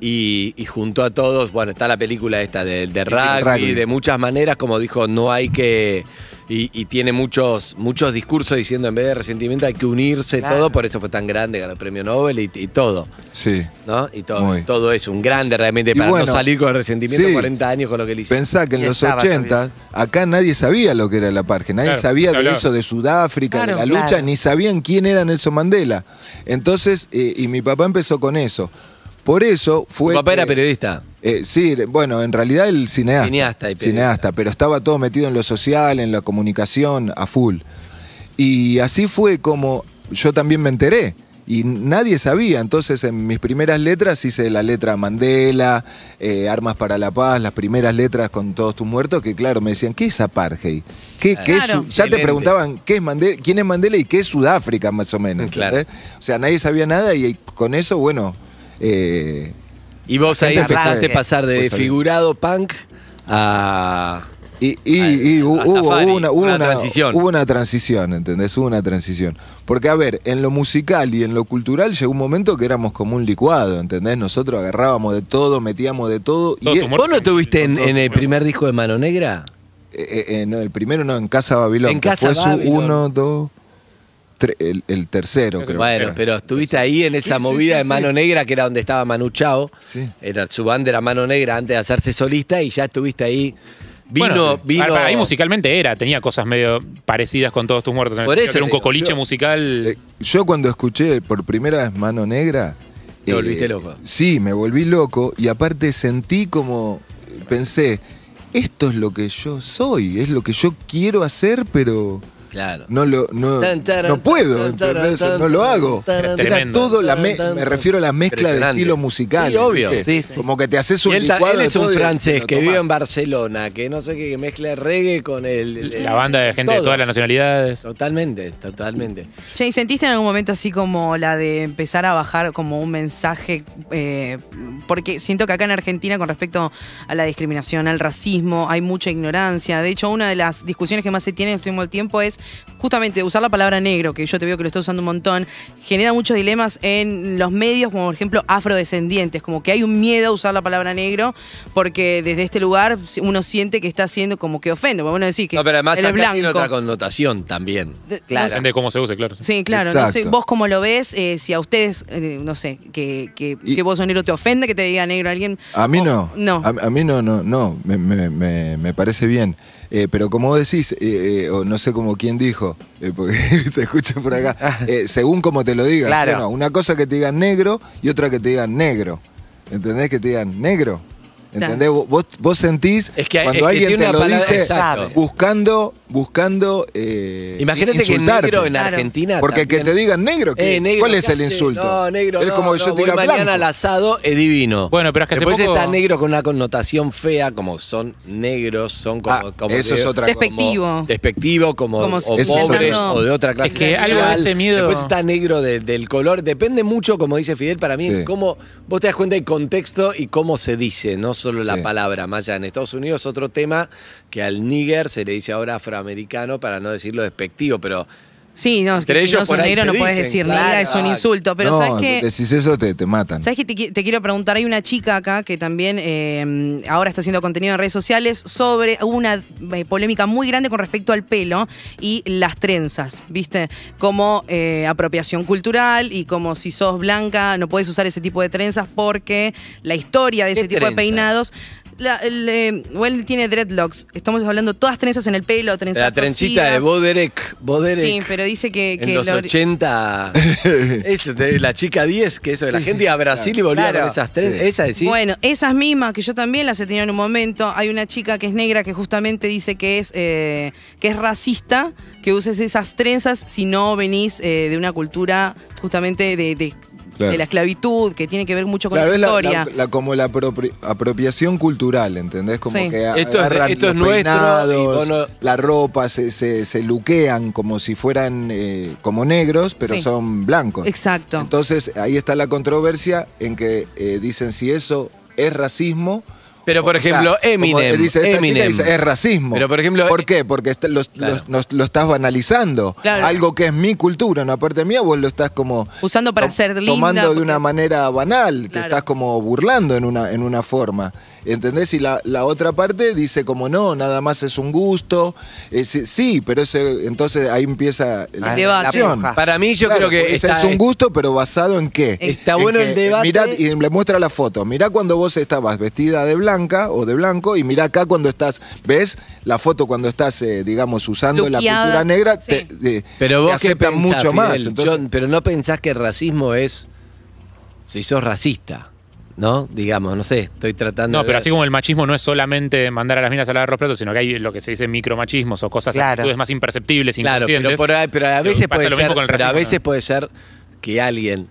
[SPEAKER 2] y, y juntó a todos. Bueno, está la película esta de, de rugby,
[SPEAKER 4] rugby.
[SPEAKER 2] de muchas maneras, como dijo, no hay que. Y, y tiene muchos, muchos discursos diciendo en vez de resentimiento hay que unirse, todo, por eso fue tan grande, ganó el premio Nobel y, y todo.
[SPEAKER 4] Sí.
[SPEAKER 2] ¿No? Y todo,
[SPEAKER 4] Muy.
[SPEAKER 2] todo eso, un grande realmente
[SPEAKER 4] Y
[SPEAKER 2] para
[SPEAKER 4] bueno,
[SPEAKER 2] no salir con resentimiento
[SPEAKER 4] sí.
[SPEAKER 2] 40 años con lo que le hicieron.
[SPEAKER 4] Pensá que en
[SPEAKER 6] Y
[SPEAKER 4] los
[SPEAKER 6] estaba
[SPEAKER 4] 80, acá nadie sabía lo que era la apartheid, nadie
[SPEAKER 3] Claro,
[SPEAKER 4] sabía
[SPEAKER 3] se
[SPEAKER 4] de
[SPEAKER 3] hablaba.
[SPEAKER 4] eso, de Sudáfrica,
[SPEAKER 5] Claro,
[SPEAKER 4] de la lucha,
[SPEAKER 6] claro.
[SPEAKER 4] ni sabían quién era Nelson Mandela. Entonces, eh, y mi papá empezó con eso. Por eso fue...
[SPEAKER 2] Tu papá era
[SPEAKER 4] que-
[SPEAKER 2] periodista.
[SPEAKER 4] eh, sí, bueno, en realidad el cineasta.
[SPEAKER 2] Cineasta y periodista.
[SPEAKER 4] Cineasta, pero estaba todo metido en lo social, en la comunicación, a full. Y así fue como yo también me enteré. Y nadie sabía. Entonces, en mis primeras letras hice la letra Mandela, eh, Armas para la Paz, las primeras letras con todos tus muertos, que claro, me decían, ¿qué es apartheid? ¿Qué, qué es
[SPEAKER 5] Claro.
[SPEAKER 4] Su-?" ya te
[SPEAKER 2] Excelente.
[SPEAKER 4] preguntaban, ¿qué es Mandela, ¿quién es Mandela y qué es Sudáfrica, más o menos?
[SPEAKER 2] Claro.
[SPEAKER 4] ¿entendés? O sea, nadie sabía nada y eh, con eso, bueno, eh,
[SPEAKER 2] Y vos ahí
[SPEAKER 4] Gente se
[SPEAKER 2] empezaste a
[SPEAKER 6] fue.
[SPEAKER 2] pasar de
[SPEAKER 4] Pues salió.
[SPEAKER 2] figurado punk a.
[SPEAKER 4] Y, y-
[SPEAKER 2] Al-
[SPEAKER 4] y hu-
[SPEAKER 2] Ah, hasta
[SPEAKER 4] hubo,
[SPEAKER 2] Fari,
[SPEAKER 4] hubo una, hubo
[SPEAKER 2] una
[SPEAKER 4] una-
[SPEAKER 2] transición.
[SPEAKER 4] hubo una transición, ¿entendés? Hubo una transición. Porque, a ver, en lo musical y en lo cultural llegó un momento que éramos como un licuado, ¿entendés? Nosotros agarrábamos de todo, metíamos de
[SPEAKER 3] Todo
[SPEAKER 4] todo. y
[SPEAKER 3] tu
[SPEAKER 4] eh,
[SPEAKER 3] Muerto
[SPEAKER 2] ¿Vos no
[SPEAKER 3] con-
[SPEAKER 2] tuviste en,
[SPEAKER 3] con todo
[SPEAKER 2] en el
[SPEAKER 3] muerto.
[SPEAKER 2] primer disco de Mano Negra?
[SPEAKER 4] eh, eh, no, el primero no, en Casa Babilón.
[SPEAKER 2] En
[SPEAKER 4] que
[SPEAKER 2] Casa
[SPEAKER 4] fue su
[SPEAKER 2] Babilón.
[SPEAKER 4] uno, dos, tres, el, el tercero, creo.
[SPEAKER 2] bueno,
[SPEAKER 4] que era.
[SPEAKER 2] pero estuviste ahí en esa
[SPEAKER 4] Sí, sí,
[SPEAKER 2] movida
[SPEAKER 4] sí,
[SPEAKER 2] de Mano
[SPEAKER 4] sí.
[SPEAKER 2] Negra, que era donde estaba Manu Chao.
[SPEAKER 4] Sí.
[SPEAKER 2] Era su banda era Mano Negra antes de hacerse solista y ya estuviste ahí. Vino,
[SPEAKER 3] Bueno,
[SPEAKER 2] vino.
[SPEAKER 3] para- Ahí musicalmente era, tenía cosas medio parecidas con todos tus muertos. en el
[SPEAKER 2] Por
[SPEAKER 3] sentido
[SPEAKER 2] eso
[SPEAKER 3] que era un
[SPEAKER 2] te digo,
[SPEAKER 3] cocoliche
[SPEAKER 4] yo-
[SPEAKER 3] musical.
[SPEAKER 4] Eh, Yo cuando escuché por primera vez Mano Negra... eh,
[SPEAKER 2] Te volviste loco.
[SPEAKER 4] Sí, me volví loco y aparte sentí como, pensé, esto es lo que yo soy, es lo que yo quiero hacer, pero
[SPEAKER 2] Claro.
[SPEAKER 4] no lo no,
[SPEAKER 2] Tan, taran,
[SPEAKER 4] no puedo,
[SPEAKER 2] tan, taran,
[SPEAKER 4] ¿entendés?
[SPEAKER 2] tan,
[SPEAKER 4] no lo
[SPEAKER 2] taran,
[SPEAKER 4] hago.
[SPEAKER 2] taran,
[SPEAKER 3] Era
[SPEAKER 4] Era
[SPEAKER 3] tremendo.
[SPEAKER 4] todo la me,
[SPEAKER 2] Taran,
[SPEAKER 4] me refiero a la mezcla de
[SPEAKER 2] Impresionante.
[SPEAKER 4] estilo musical.
[SPEAKER 2] Sí, obvio.
[SPEAKER 4] ¿viste?
[SPEAKER 6] Sí, sí.
[SPEAKER 4] Como que te haces un
[SPEAKER 2] Y él, ta-
[SPEAKER 4] licuado
[SPEAKER 2] él
[SPEAKER 4] de
[SPEAKER 2] es un
[SPEAKER 4] todo y
[SPEAKER 2] francés
[SPEAKER 4] lo
[SPEAKER 2] que vive
[SPEAKER 4] tomás.
[SPEAKER 2] en Barcelona, que no sé qué, que mezcla reggae con el. el-
[SPEAKER 3] la banda de gente de
[SPEAKER 2] Eh, todo.
[SPEAKER 3] todas las nacionalidades.
[SPEAKER 2] Totalmente, totalmente.
[SPEAKER 5] Che, ¿y sentiste en algún momento así como la de empezar a bajar como un mensaje? eh, porque siento que acá en Argentina con respecto a la discriminación, al racismo, hay mucha ignorancia. De hecho, una de las discusiones que más se tiene en este último tiempo es justamente usar la palabra negro, que yo te veo que lo está usando un montón, genera muchos dilemas en los medios, como por ejemplo afrodescendientes, como que hay un miedo a usar la palabra negro, porque desde este lugar uno siente que está haciendo como que ofende. Bueno, decir que
[SPEAKER 2] No, pero además
[SPEAKER 5] el
[SPEAKER 2] acá
[SPEAKER 5] blanco.
[SPEAKER 2] tiene otra connotación también.
[SPEAKER 5] De-
[SPEAKER 2] Claro.
[SPEAKER 3] Depende de cómo se use, claro.
[SPEAKER 5] Sí, claro. No
[SPEAKER 4] Exacto.
[SPEAKER 5] sé, vos cómo lo ves, eh, si a ustedes, eh, no sé, que, que,
[SPEAKER 4] Y-
[SPEAKER 5] que vos sos negro te ofende que te diga negro alguien.
[SPEAKER 4] A mí
[SPEAKER 5] o-
[SPEAKER 4] no.
[SPEAKER 5] No.
[SPEAKER 4] A, a mí no, no, no. Me, me- me- me parece bien. Eh, pero como vos decís, eh, eh, o no sé como quién dijo, eh, porque (laughs) te escucho por acá,
[SPEAKER 2] (laughs)
[SPEAKER 4] eh, según como te lo digas.
[SPEAKER 6] Claro.
[SPEAKER 4] bueno, una cosa que te digan negro y otra que te digan negro. ¿Entendés? Que te digan negro. ¿Entendés? Vos- Vos, vos sentís
[SPEAKER 2] Es que hay- es
[SPEAKER 4] cuando
[SPEAKER 2] que
[SPEAKER 4] alguien
[SPEAKER 2] tiene
[SPEAKER 4] te
[SPEAKER 2] una
[SPEAKER 4] lo
[SPEAKER 2] palabra-
[SPEAKER 4] dice
[SPEAKER 2] Exacto.
[SPEAKER 4] buscando, buscando. eh,
[SPEAKER 2] Imagínate
[SPEAKER 4] insultarte.
[SPEAKER 2] que negro en
[SPEAKER 5] Claro.
[SPEAKER 2] Argentina.
[SPEAKER 4] Porque
[SPEAKER 2] también-
[SPEAKER 4] que te digan negro, ¿qué?
[SPEAKER 2] Eh, negro,
[SPEAKER 4] ¿cuál
[SPEAKER 2] ¿qué
[SPEAKER 4] es el
[SPEAKER 2] haces?
[SPEAKER 4] insulto?
[SPEAKER 2] No, negro.
[SPEAKER 4] es
[SPEAKER 2] no,
[SPEAKER 4] como
[SPEAKER 2] no,
[SPEAKER 4] yo te
[SPEAKER 2] voy
[SPEAKER 4] diga
[SPEAKER 2] mañana
[SPEAKER 4] blanco.
[SPEAKER 2] al asado es divino.
[SPEAKER 3] Bueno, pero es que hace
[SPEAKER 2] Después
[SPEAKER 3] poco-
[SPEAKER 2] está negro con una connotación fea, como son negros, son como.
[SPEAKER 4] Ah,
[SPEAKER 2] como
[SPEAKER 4] eso es otra cosa.
[SPEAKER 2] como
[SPEAKER 5] Despectivo.
[SPEAKER 2] Despectivo, como,
[SPEAKER 5] Como
[SPEAKER 2] o
[SPEAKER 5] si-
[SPEAKER 4] Eso es
[SPEAKER 2] pobres
[SPEAKER 4] otra-
[SPEAKER 2] o de otra clase.
[SPEAKER 3] Es que algo de
[SPEAKER 2] social.
[SPEAKER 3] ese miedo-
[SPEAKER 2] Después está negro de- del color. Depende mucho, como dice Fidel, para mí,
[SPEAKER 4] Sí.
[SPEAKER 2] en cómo vos te das cuenta del contexto y cómo se dice, no solo la
[SPEAKER 4] Sí.
[SPEAKER 2] palabra. Más allá en Estados Unidos, otro tema que al nigger se le dice ahora afroamericano para no decirlo despectivo, pero.
[SPEAKER 5] Sí, no, es que
[SPEAKER 2] Entre
[SPEAKER 5] si no
[SPEAKER 2] ellos por
[SPEAKER 5] sos
[SPEAKER 2] ahí
[SPEAKER 5] negro
[SPEAKER 2] se
[SPEAKER 5] no puedes
[SPEAKER 2] dicen,
[SPEAKER 5] decir
[SPEAKER 2] claro.
[SPEAKER 5] nada, es un insulto. Pero
[SPEAKER 4] no,
[SPEAKER 5] sabes que.
[SPEAKER 4] decís eso, te, te matan.
[SPEAKER 5] ¿Sabes que te, qui- te quiero preguntar? Hay una chica acá que también eh, ahora está haciendo contenido en redes sociales sobre. Hubo una eh, polémica muy grande con respecto al pelo y las trenzas, ¿viste? Como eh, apropiación cultural y como si sos blanca no puedes usar ese tipo de trenzas porque la historia de
[SPEAKER 2] ¿Qué
[SPEAKER 5] ese tipo de
[SPEAKER 2] trenzas?
[SPEAKER 5] peinados. La, el, eh, o él tiene dreadlocks. Estamos hablando todas trenzas en el pelo, trenzas.
[SPEAKER 2] La trencita
[SPEAKER 5] torcidas.
[SPEAKER 2] de Boderek. Boderek.
[SPEAKER 5] Sí, pero dice que. que
[SPEAKER 2] en los
[SPEAKER 4] (laughs)
[SPEAKER 5] lo-
[SPEAKER 2] 80. es de la chica 10, que eso, de la gente iba a Brasil y volvía
[SPEAKER 6] Claro.
[SPEAKER 2] con esas tres.
[SPEAKER 4] Sí.
[SPEAKER 2] Esa decís.
[SPEAKER 5] Bueno, esas mismas que yo también las he tenido en un momento. Hay una chica que es negra que justamente dice que es, eh, que es racista, que uses esas trenzas si no venís eh, de una cultura justamente de, de-
[SPEAKER 4] Claro.
[SPEAKER 5] de la esclavitud, que tiene que ver mucho con
[SPEAKER 4] Claro,
[SPEAKER 5] la
[SPEAKER 4] es la,
[SPEAKER 5] historia.
[SPEAKER 4] la- la- como la apropri- apropiación cultural, ¿entendés? Como
[SPEAKER 5] Sí.
[SPEAKER 4] que a-
[SPEAKER 2] Esto es-
[SPEAKER 4] agarran
[SPEAKER 2] esto es
[SPEAKER 4] los
[SPEAKER 2] nuestro y
[SPEAKER 4] peinados,
[SPEAKER 2] vos no-
[SPEAKER 4] la ropa, se, se, se luquean como si fueran eh, como negros, pero
[SPEAKER 5] Sí.
[SPEAKER 4] son blancos.
[SPEAKER 5] Exacto.
[SPEAKER 4] Entonces ahí está la controversia en que eh, dicen si eso es racismo.
[SPEAKER 2] Pero, por
[SPEAKER 4] o sea,
[SPEAKER 2] ejemplo,
[SPEAKER 4] como
[SPEAKER 2] Eminem,
[SPEAKER 4] dice esta chica,
[SPEAKER 2] Eminem.
[SPEAKER 4] dice, es racismo.
[SPEAKER 2] Pero, por ejemplo,
[SPEAKER 4] ¿Por qué? Porque está- los-
[SPEAKER 2] Claro.
[SPEAKER 4] los- nos- lo estás banalizando.
[SPEAKER 5] Claro.
[SPEAKER 4] Algo que es mi cultura, una parte mía, vos lo estás como
[SPEAKER 5] Usando (laughs) para
[SPEAKER 4] to-
[SPEAKER 5] ser linda.
[SPEAKER 4] Tomando de
[SPEAKER 5] porque-
[SPEAKER 4] una manera banal, te
[SPEAKER 5] Claro.
[SPEAKER 4] estás como burlando en una, en una forma. ¿Entendés? Y la, la otra parte dice como no, nada más es un gusto. Eh, sí, sí, pero ese, entonces ahí empieza la
[SPEAKER 5] El debate.
[SPEAKER 4] discusión.
[SPEAKER 6] puja.
[SPEAKER 2] para mí, yo
[SPEAKER 4] Claro,
[SPEAKER 2] creo que.
[SPEAKER 4] porque ese
[SPEAKER 2] está-
[SPEAKER 4] es
[SPEAKER 5] eh,
[SPEAKER 4] un gusto, pero basado en qué?
[SPEAKER 2] Está
[SPEAKER 4] En
[SPEAKER 2] bueno el
[SPEAKER 4] que, eh,
[SPEAKER 2] debate.
[SPEAKER 4] mirá- y le muestra la foto. Mirá cuando vos estabas vestida de blanca o de blanco y mirá acá cuando estás, ¿ves? La foto cuando estás, eh, digamos, usando
[SPEAKER 5] Luqueada.
[SPEAKER 4] la cultura negra,
[SPEAKER 5] Sí.
[SPEAKER 4] te, eh,
[SPEAKER 2] Pero
[SPEAKER 4] te
[SPEAKER 2] vos qué
[SPEAKER 4] aceptan
[SPEAKER 2] pensás,
[SPEAKER 4] mucho más.
[SPEAKER 2] Fidel?
[SPEAKER 4] Entonces,
[SPEAKER 2] Yo- pero no pensás que el racismo es. Si sos racista, ¿no? Digamos, no sé, estoy tratando.
[SPEAKER 3] No,
[SPEAKER 2] de-
[SPEAKER 3] pero así como el machismo no es solamente mandar a las minas a lavar los platos, sino que hay lo que se dice micromachismos o cosas,
[SPEAKER 6] Claro.
[SPEAKER 3] actitudes más imperceptibles,
[SPEAKER 2] Claro, pero,
[SPEAKER 3] inconscientes.
[SPEAKER 2] por ahí- pero a
[SPEAKER 3] Pero
[SPEAKER 2] veces,
[SPEAKER 3] pasa
[SPEAKER 2] puede
[SPEAKER 3] lo mismo
[SPEAKER 2] ser,
[SPEAKER 3] con el
[SPEAKER 2] pero a
[SPEAKER 3] racismo,
[SPEAKER 2] veces
[SPEAKER 3] ¿no?
[SPEAKER 2] puede ser que alguien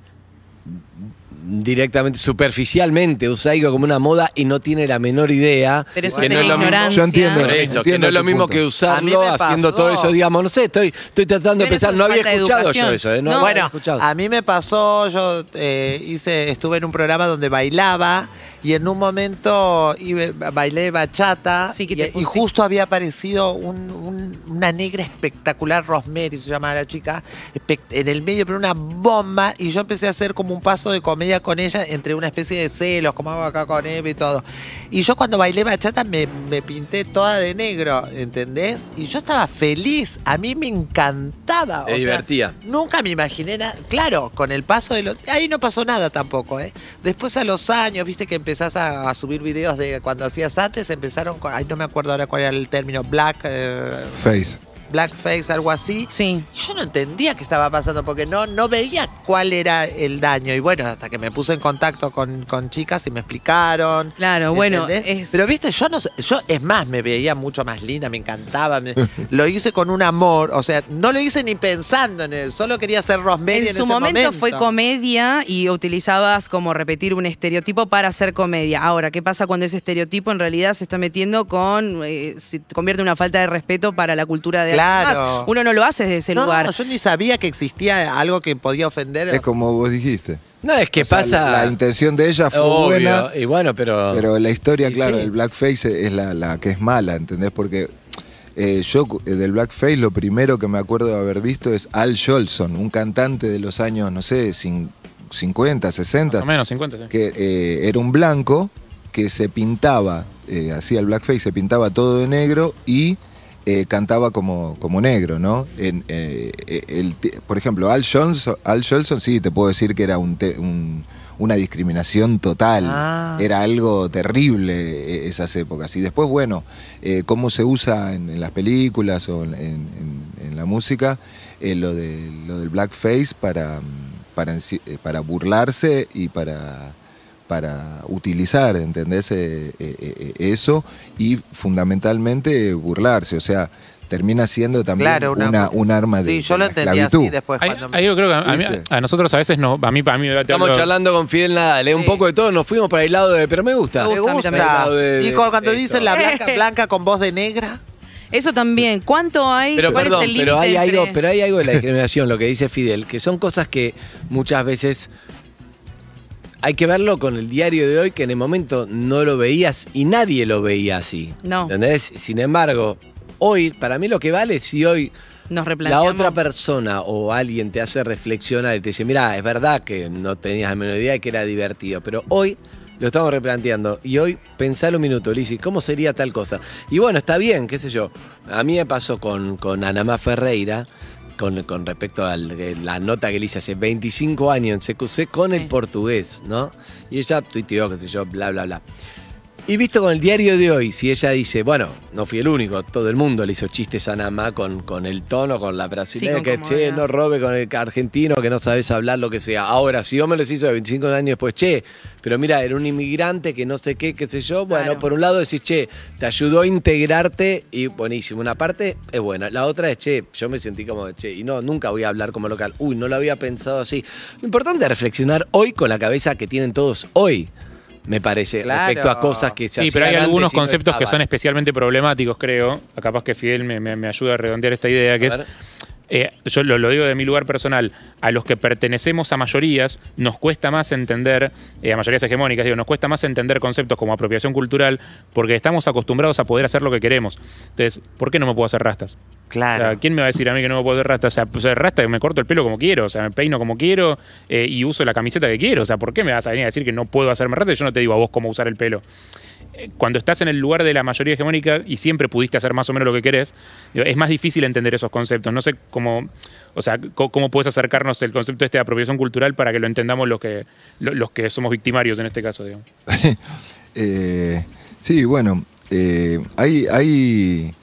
[SPEAKER 2] directamente, superficialmente, usa algo como una moda y no tiene la menor idea.
[SPEAKER 5] Pero eso
[SPEAKER 2] que
[SPEAKER 5] sería
[SPEAKER 2] no es lo mismo-
[SPEAKER 5] ignorancia.
[SPEAKER 4] Yo entiendo.
[SPEAKER 2] Por eso, que
[SPEAKER 4] Entiendo
[SPEAKER 2] no es lo
[SPEAKER 4] tu
[SPEAKER 2] mismo
[SPEAKER 4] punto.
[SPEAKER 2] que usarlo
[SPEAKER 6] A mí me
[SPEAKER 2] haciendo
[SPEAKER 6] pasó.
[SPEAKER 2] todo eso, digamos, no sé, estoy, estoy tratando de
[SPEAKER 5] Pero eso
[SPEAKER 2] pensar,
[SPEAKER 5] es
[SPEAKER 2] no había
[SPEAKER 5] falta de
[SPEAKER 2] escuchado yo
[SPEAKER 5] educación.
[SPEAKER 2] eso, ¿eh? no,
[SPEAKER 5] No,
[SPEAKER 2] lo había
[SPEAKER 6] bueno,
[SPEAKER 2] escuchado.
[SPEAKER 6] a mí me pasó, yo eh, hice, estuve en un programa donde bailaba y en un momento iba- bailé bachata
[SPEAKER 5] Sí, que
[SPEAKER 6] y,
[SPEAKER 5] te
[SPEAKER 6] y
[SPEAKER 5] puse.
[SPEAKER 6] justo había aparecido un- un- una negra espectacular, Rosemary se llamaba la chica, espe- en el medio, pero una bomba y yo empecé a hacer como un paso de comedia con ella entre una especie de celos, como hago acá con Eva y todo. Y yo cuando bailé bachata me, me pinté toda de negro, ¿entendés? Y yo estaba feliz, a mí me encantaba.
[SPEAKER 2] Te
[SPEAKER 6] o sea,
[SPEAKER 2] divertía.
[SPEAKER 6] Nunca me imaginé nada. Claro, con el paso de los. Ahí no pasó nada tampoco, ¿eh? Después a los años, viste que empezás a, a subir videos de cuando hacías antes, empezaron con. Ay, no me acuerdo ahora cuál era el término. Black. eh,
[SPEAKER 4] Face.
[SPEAKER 6] blackface, algo así.
[SPEAKER 5] Sí.
[SPEAKER 6] Yo no entendía qué estaba pasando porque no, no veía cuál era el daño. Y bueno, hasta que me puse en contacto con, con chicas y me explicaron.
[SPEAKER 5] Claro, bueno,
[SPEAKER 6] ¿Entendés?
[SPEAKER 5] es-
[SPEAKER 6] Pero viste, yo no sé- yo es más, me veía mucho más linda, me encantaba. me- (laughs) lo hice con un amor, o sea, no lo hice ni pensando en él, solo quería ser Rosemary en,
[SPEAKER 5] En su
[SPEAKER 6] ese
[SPEAKER 5] momento, fue
[SPEAKER 6] momento.
[SPEAKER 5] comedia y utilizabas como repetir un estereotipo para hacer comedia. Ahora, ¿qué pasa cuando ese estereotipo en realidad se está metiendo con. eh, se convierte en una falta de respeto para la cultura de alguien
[SPEAKER 6] Claro.
[SPEAKER 5] más? Uno no lo hace desde ese
[SPEAKER 6] No,
[SPEAKER 5] lugar.
[SPEAKER 6] no, yo ni sabía que existía algo que podía ofender.
[SPEAKER 4] Es como vos dijiste.
[SPEAKER 2] no, es que
[SPEAKER 4] O sea,
[SPEAKER 2] pasa...
[SPEAKER 4] La, la intención de ella fue
[SPEAKER 2] Obvio,
[SPEAKER 4] buena,
[SPEAKER 2] y bueno, pero...
[SPEAKER 4] pero la historia,
[SPEAKER 2] Y
[SPEAKER 4] claro,
[SPEAKER 2] sí.
[SPEAKER 4] del blackface es la, la que es mala, ¿entendés? Porque Eh, yo cu- eh, del Blackface lo primero que me acuerdo de haber visto es Al Jolson, un cantante de los años, no sé, cin- 50, 60
[SPEAKER 3] Más o menos 50, sí.
[SPEAKER 4] que eh, era un blanco que se pintaba, eh, hacía el blackface, se pintaba todo de negro y eh, cantaba como, como negro, ¿no? En, eh, eh, el te- por ejemplo, Al Jolson, Al Jolson, sí, te puedo decir que era un te- un- una discriminación total.
[SPEAKER 6] Ah.
[SPEAKER 4] Era algo terrible eh, esas épocas. Y después, bueno, eh, cómo se usa en, en las películas o en, en- en la música eh, lo, de, lo del blackface para, mm, para, enci- eh, para burlarse y para, para utilizar, ¿entendés? Eh, eh, eh, eso y fundamentalmente eh, burlarse, o sea, termina siendo también
[SPEAKER 6] Claro, una-
[SPEAKER 4] una, un arma de,
[SPEAKER 6] Sí, yo
[SPEAKER 4] de
[SPEAKER 6] lo
[SPEAKER 4] la
[SPEAKER 6] entendí
[SPEAKER 4] esclavitud.
[SPEAKER 6] así después.
[SPEAKER 3] Ahí-
[SPEAKER 6] cuando-
[SPEAKER 3] ahí yo creo que a, a mí-
[SPEAKER 4] ¿Viste?
[SPEAKER 3] a nosotros a veces no, a mí, a mí te
[SPEAKER 2] Estamos
[SPEAKER 3] hablo-
[SPEAKER 2] charlando con Fidel Nadal, ¿eh? un
[SPEAKER 5] Sí.
[SPEAKER 2] poco de todo, nos fuimos para el lado de... Pero me gusta.
[SPEAKER 5] Me
[SPEAKER 6] Me
[SPEAKER 5] gusta,
[SPEAKER 6] gusta.
[SPEAKER 5] también me
[SPEAKER 2] gusta de-
[SPEAKER 6] y cuando, cuando
[SPEAKER 2] de
[SPEAKER 6] dicen
[SPEAKER 2] eso.
[SPEAKER 6] la blanca, blanca con voz de negra.
[SPEAKER 5] Eso también. ¿Cuánto hay?
[SPEAKER 2] Pero
[SPEAKER 5] ¿Cuál es
[SPEAKER 2] perdón,
[SPEAKER 5] el límite
[SPEAKER 2] pero hay,
[SPEAKER 5] entre-
[SPEAKER 2] algo, pero hay algo de la discriminación, lo que dice Fidel, que son cosas que muchas veces hay que verlo con el diario de hoy, que en el momento no lo veías y nadie lo veía así.
[SPEAKER 5] No.
[SPEAKER 2] ¿Entendés? Sin embargo, hoy, para mí lo que vale es si hoy
[SPEAKER 5] Nos
[SPEAKER 2] la
[SPEAKER 5] replanteamos.
[SPEAKER 2] otra persona o alguien te hace reflexionar y te dice, mira, es verdad que no tenías la menor idea y que era divertido, pero hoy lo estamos replanteando y hoy pensalo un minuto, Lizzy, ¿cómo sería tal cosa? Y bueno, está bien, qué sé yo. A mí me pasó con, con Anamá Ferreira. Con, con respecto a la nota que le hice hace 25 años en CQC con
[SPEAKER 5] Sí.
[SPEAKER 2] el portugués, ¿no? Y ella tuiteó, qué sé yo, bla, bla, bla. Y visto con el diario de hoy, si ella dice, bueno, no fui el único, todo el mundo le hizo chistes a Namá con, con el tono, con la brasileña,
[SPEAKER 5] con
[SPEAKER 2] que
[SPEAKER 5] cómo
[SPEAKER 2] che,
[SPEAKER 5] era.
[SPEAKER 2] no robe con el argentino, que no sabes hablar, lo que sea. Ahora, si yo me les hizo de 25 años después, che, pero mira, era un inmigrante que no sé qué, qué sé yo. Bueno,
[SPEAKER 5] Claro.
[SPEAKER 2] por un lado decís, che, te ayudó a integrarte y buenísimo. Una parte es buena, la otra es, che, yo me sentí como, che, y no, nunca voy a hablar como local. Uy, no lo había pensado así. Lo importante es reflexionar hoy con la cabeza que tienen todos hoy. Me parece,
[SPEAKER 6] Claro.
[SPEAKER 2] respecto a cosas que se
[SPEAKER 3] Sí, pero hay
[SPEAKER 2] hacían
[SPEAKER 3] algunos
[SPEAKER 2] antes y no
[SPEAKER 3] conceptos que son
[SPEAKER 2] estaban.
[SPEAKER 3] especialmente problemáticos, creo. Capaz que Fidel me, me- me ayuda a redondear esta idea, que
[SPEAKER 2] A
[SPEAKER 3] es...
[SPEAKER 2] ver.
[SPEAKER 3] eh, yo lo, lo digo de mi lugar personal, a los que pertenecemos a mayorías nos cuesta más entender, eh, a mayorías hegemónicas, digo, nos cuesta más entender conceptos como apropiación cultural porque estamos acostumbrados a poder hacer lo que queremos. Entonces, ¿por qué no me puedo hacer rastas? O sea,
[SPEAKER 6] Claro.
[SPEAKER 3] ¿Quién me va a decir a mí que no me puedo hacer rastas? O sea, pues, rasta que me corto el pelo como quiero, o sea, me peino como quiero eh, y uso la camiseta que quiero. O sea, ¿por qué me vas a venir a decir que no puedo hacerme rastas? Yo no te digo a vos cómo usar el pelo. Eh, Cuando estás en el lugar de la mayoría hegemónica y siempre pudiste hacer más o menos lo que querés, digo, es más difícil entender esos conceptos. No sé cómo, o sea, co- cómo, puedes acercarnos el concepto este de apropiación cultural para que lo entendamos los que, lo- los que somos victimarios en este caso, digamos.
[SPEAKER 4] Eh, sí, bueno, eh, hay, hay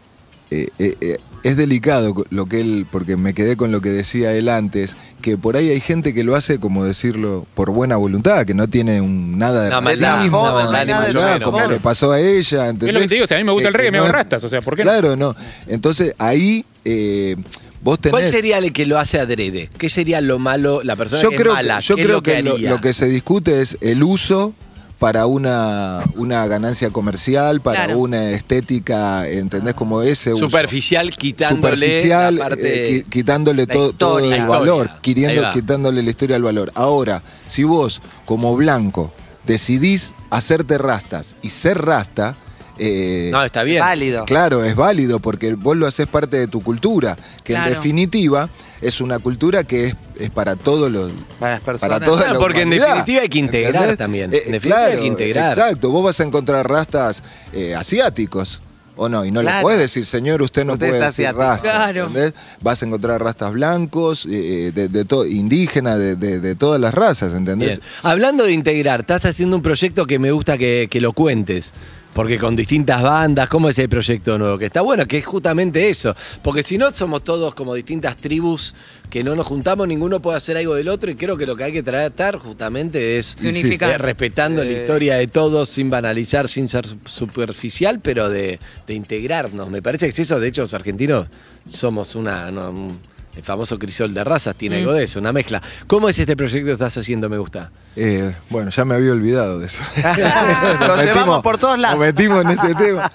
[SPEAKER 4] eh, eh, eh, es delicado co- lo que él, porque me quedé con lo que decía él antes, que por ahí hay gente que lo hace, como decirlo, por buena voluntad, que no tiene un, nada de
[SPEAKER 2] No,
[SPEAKER 6] más nada,
[SPEAKER 4] racismo,
[SPEAKER 6] joda,
[SPEAKER 4] ni
[SPEAKER 6] nada de
[SPEAKER 4] nada,
[SPEAKER 6] mucho menos,
[SPEAKER 4] como
[SPEAKER 6] claro.
[SPEAKER 4] le pasó a ella, ¿entendés?
[SPEAKER 3] Es lo que te digo, si a mí me gusta el
[SPEAKER 4] Eh,
[SPEAKER 3] reggae,
[SPEAKER 4] que
[SPEAKER 3] me
[SPEAKER 4] no
[SPEAKER 3] hago
[SPEAKER 4] es-
[SPEAKER 3] rastas, o sea, ¿por qué no?
[SPEAKER 4] Claro, no. Entonces ahí eh, vos tenés...
[SPEAKER 2] ¿Cuál sería el que lo hace adrede? ¿Qué sería lo malo, la persona
[SPEAKER 4] yo
[SPEAKER 2] que
[SPEAKER 4] creo
[SPEAKER 2] es mala?
[SPEAKER 4] que, yo
[SPEAKER 2] ¿Qué es
[SPEAKER 4] creo
[SPEAKER 2] lo que,
[SPEAKER 4] que lo,
[SPEAKER 2] haría?
[SPEAKER 4] lo que se discute es el uso para una, una ganancia comercial, para
[SPEAKER 5] Claro.
[SPEAKER 4] una estética, ¿entendés? Como ese uso.
[SPEAKER 2] superficial, quitándole
[SPEAKER 4] Superficial,
[SPEAKER 2] la parte...
[SPEAKER 4] eh, qui- quitándole
[SPEAKER 6] la
[SPEAKER 4] todo, todo
[SPEAKER 6] historia.
[SPEAKER 4] el
[SPEAKER 2] La
[SPEAKER 4] valor,
[SPEAKER 2] historia.
[SPEAKER 4] quiriendo-
[SPEAKER 2] Ahí va.
[SPEAKER 4] quitándole la historia al valor. Ahora, si vos, como blanco, decidís hacerte rastas y ser rasta, eh,
[SPEAKER 2] no, está bien.
[SPEAKER 6] Válido.
[SPEAKER 4] Claro, es válido porque vos lo haces parte de tu cultura, que
[SPEAKER 5] Claro.
[SPEAKER 4] en definitiva es una cultura que es, es para todos los
[SPEAKER 6] Para las personas.
[SPEAKER 4] toda
[SPEAKER 2] Claro,
[SPEAKER 4] la
[SPEAKER 2] porque en
[SPEAKER 4] humanidad,
[SPEAKER 2] definitiva hay que integrar
[SPEAKER 4] ¿entendés? Eh,
[SPEAKER 2] también. En definitiva hay que integrar.
[SPEAKER 4] Exacto, vos vas a encontrar rastas eh, asiáticos. O no, y no
[SPEAKER 6] Claro.
[SPEAKER 4] le puedes decir, señor, usted no
[SPEAKER 6] Usted es
[SPEAKER 4] puede decir
[SPEAKER 6] asiático".
[SPEAKER 4] rastas.
[SPEAKER 5] Claro.
[SPEAKER 4] Vas a encontrar rastas blancos, eh, de, de to- indígenas, de, de- de todas las razas, ¿entendés?
[SPEAKER 2] Bien. Hablando de integrar, estás haciendo un proyecto que me gusta que, que lo cuentes. Porque con distintas bandas, ¿cómo es el proyecto nuevo? Que está bueno, que es justamente eso. Porque si no, somos todos como distintas tribus que no nos juntamos, ninguno puede hacer algo del otro. Y creo que lo que hay que tratar justamente es
[SPEAKER 5] De unificar.
[SPEAKER 2] eh, respetando la historia de todos, sin banalizar, sin ser su- superficial, pero de, de integrarnos. Me parece que eso, de hecho, los argentinos somos una. no, un- el famoso crisol de razas
[SPEAKER 4] Mm.
[SPEAKER 2] tiene algo de eso, una mezcla. ¿Cómo es este proyecto que estás haciendo? Me gusta.
[SPEAKER 4] Eh, bueno, ya me había olvidado de eso.
[SPEAKER 6] (laughs) Lo
[SPEAKER 4] Nos
[SPEAKER 6] llevamos por todos lados.
[SPEAKER 4] Nos metimos en este tema.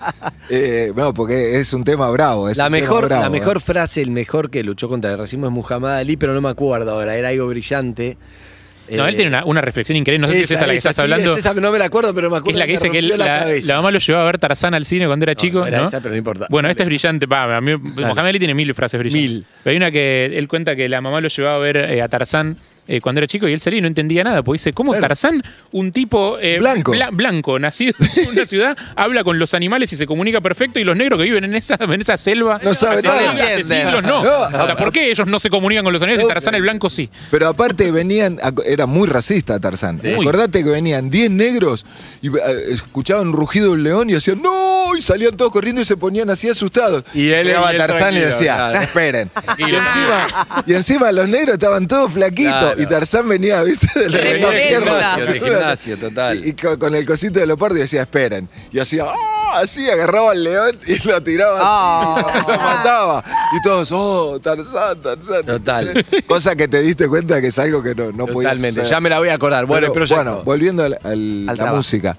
[SPEAKER 4] Eh, no, porque es un tema bravo. es
[SPEAKER 2] La
[SPEAKER 4] un tema
[SPEAKER 2] mejor,
[SPEAKER 4] bravo,
[SPEAKER 2] la
[SPEAKER 4] ¿eh?
[SPEAKER 2] mejor frase, el mejor que luchó contra el racismo es Muhammad Ali, pero no me acuerdo ahora, era algo brillante.
[SPEAKER 3] No, él
[SPEAKER 2] eh,
[SPEAKER 3] tiene una, una reflexión increíble. No sé si es esa la que estás
[SPEAKER 2] sí,
[SPEAKER 3] hablando.
[SPEAKER 2] es esa, no me la acuerdo, pero me
[SPEAKER 3] Que
[SPEAKER 2] acuerdo.
[SPEAKER 3] es la que dice
[SPEAKER 2] me
[SPEAKER 3] que él-
[SPEAKER 2] rompió la
[SPEAKER 3] la,
[SPEAKER 2] cabeza.
[SPEAKER 3] la mamá lo llevaba a ver Tarzán al cine cuando era
[SPEAKER 2] No,
[SPEAKER 3] chico.
[SPEAKER 2] no era
[SPEAKER 3] ¿no?
[SPEAKER 2] esa, pero no importa.
[SPEAKER 3] Bueno, esta es brillante. Va, a mí, Mohamed Ali tiene mil frases brillantes.
[SPEAKER 2] Mil.
[SPEAKER 3] Pero hay una que él cuenta que la mamá lo llevaba a ver eh, a Tarzán eh, cuando era chico y él salía y no entendía nada. Porque dice, ¿cómo
[SPEAKER 4] Claro.
[SPEAKER 3] Tarzán, un tipo eh,
[SPEAKER 4] Blanco.
[SPEAKER 3] bla- blanco, nacido en (laughs) una ciudad, habla con los animales y se comunica perfecto y los negros que viven en esa, en esa selva
[SPEAKER 4] No sabe
[SPEAKER 3] hace
[SPEAKER 4] nada.
[SPEAKER 3] siglos- hace
[SPEAKER 6] Entienden.
[SPEAKER 3] siglos no?
[SPEAKER 4] No,
[SPEAKER 3] O sea, ¿Por qué ellos no se comunican con los animales y
[SPEAKER 4] No,
[SPEAKER 3] Tarzán el blanco sí?
[SPEAKER 4] Pero aparte venían, ac- era muy racista Tarzán.
[SPEAKER 3] Sí.
[SPEAKER 4] Acordate que venían 10 negros y eh, escuchaban rugido de un león y hacían ¡No! Y salían todos corriendo y se ponían así asustados.
[SPEAKER 2] Y él-
[SPEAKER 4] Llegaba
[SPEAKER 2] y él
[SPEAKER 4] Tarzán y
[SPEAKER 2] tranquilo,
[SPEAKER 4] decía,
[SPEAKER 2] claro.
[SPEAKER 4] esperen.
[SPEAKER 2] (laughs)
[SPEAKER 3] Y
[SPEAKER 4] Y,
[SPEAKER 3] lo-
[SPEAKER 4] encima, y encima los negros estaban todos flaquitos
[SPEAKER 2] Claro.
[SPEAKER 4] y Tarzán venía, ¿viste? De la
[SPEAKER 5] Re
[SPEAKER 4] misma
[SPEAKER 5] de
[SPEAKER 4] pierna.
[SPEAKER 5] gimnasio,
[SPEAKER 2] de gimnasio, total.
[SPEAKER 4] Y, y con, con el cosito de leopardo y decía, esperen. Y hacía, "Ah", así agarraba al león y lo tiraba así.
[SPEAKER 2] Ah.
[SPEAKER 4] (laughs) Lo mataba. Y todos, oh, Tarzán, Tarzán.
[SPEAKER 2] Total.
[SPEAKER 4] Cosa que te diste cuenta que es algo que no, no podía
[SPEAKER 2] Totalmente,
[SPEAKER 4] suceder.
[SPEAKER 2] ya me la voy a acordar. Bueno, el
[SPEAKER 4] Pero,
[SPEAKER 2] proyecto.
[SPEAKER 4] bueno, volviendo al- al- a, la
[SPEAKER 6] trabajo.
[SPEAKER 4] música.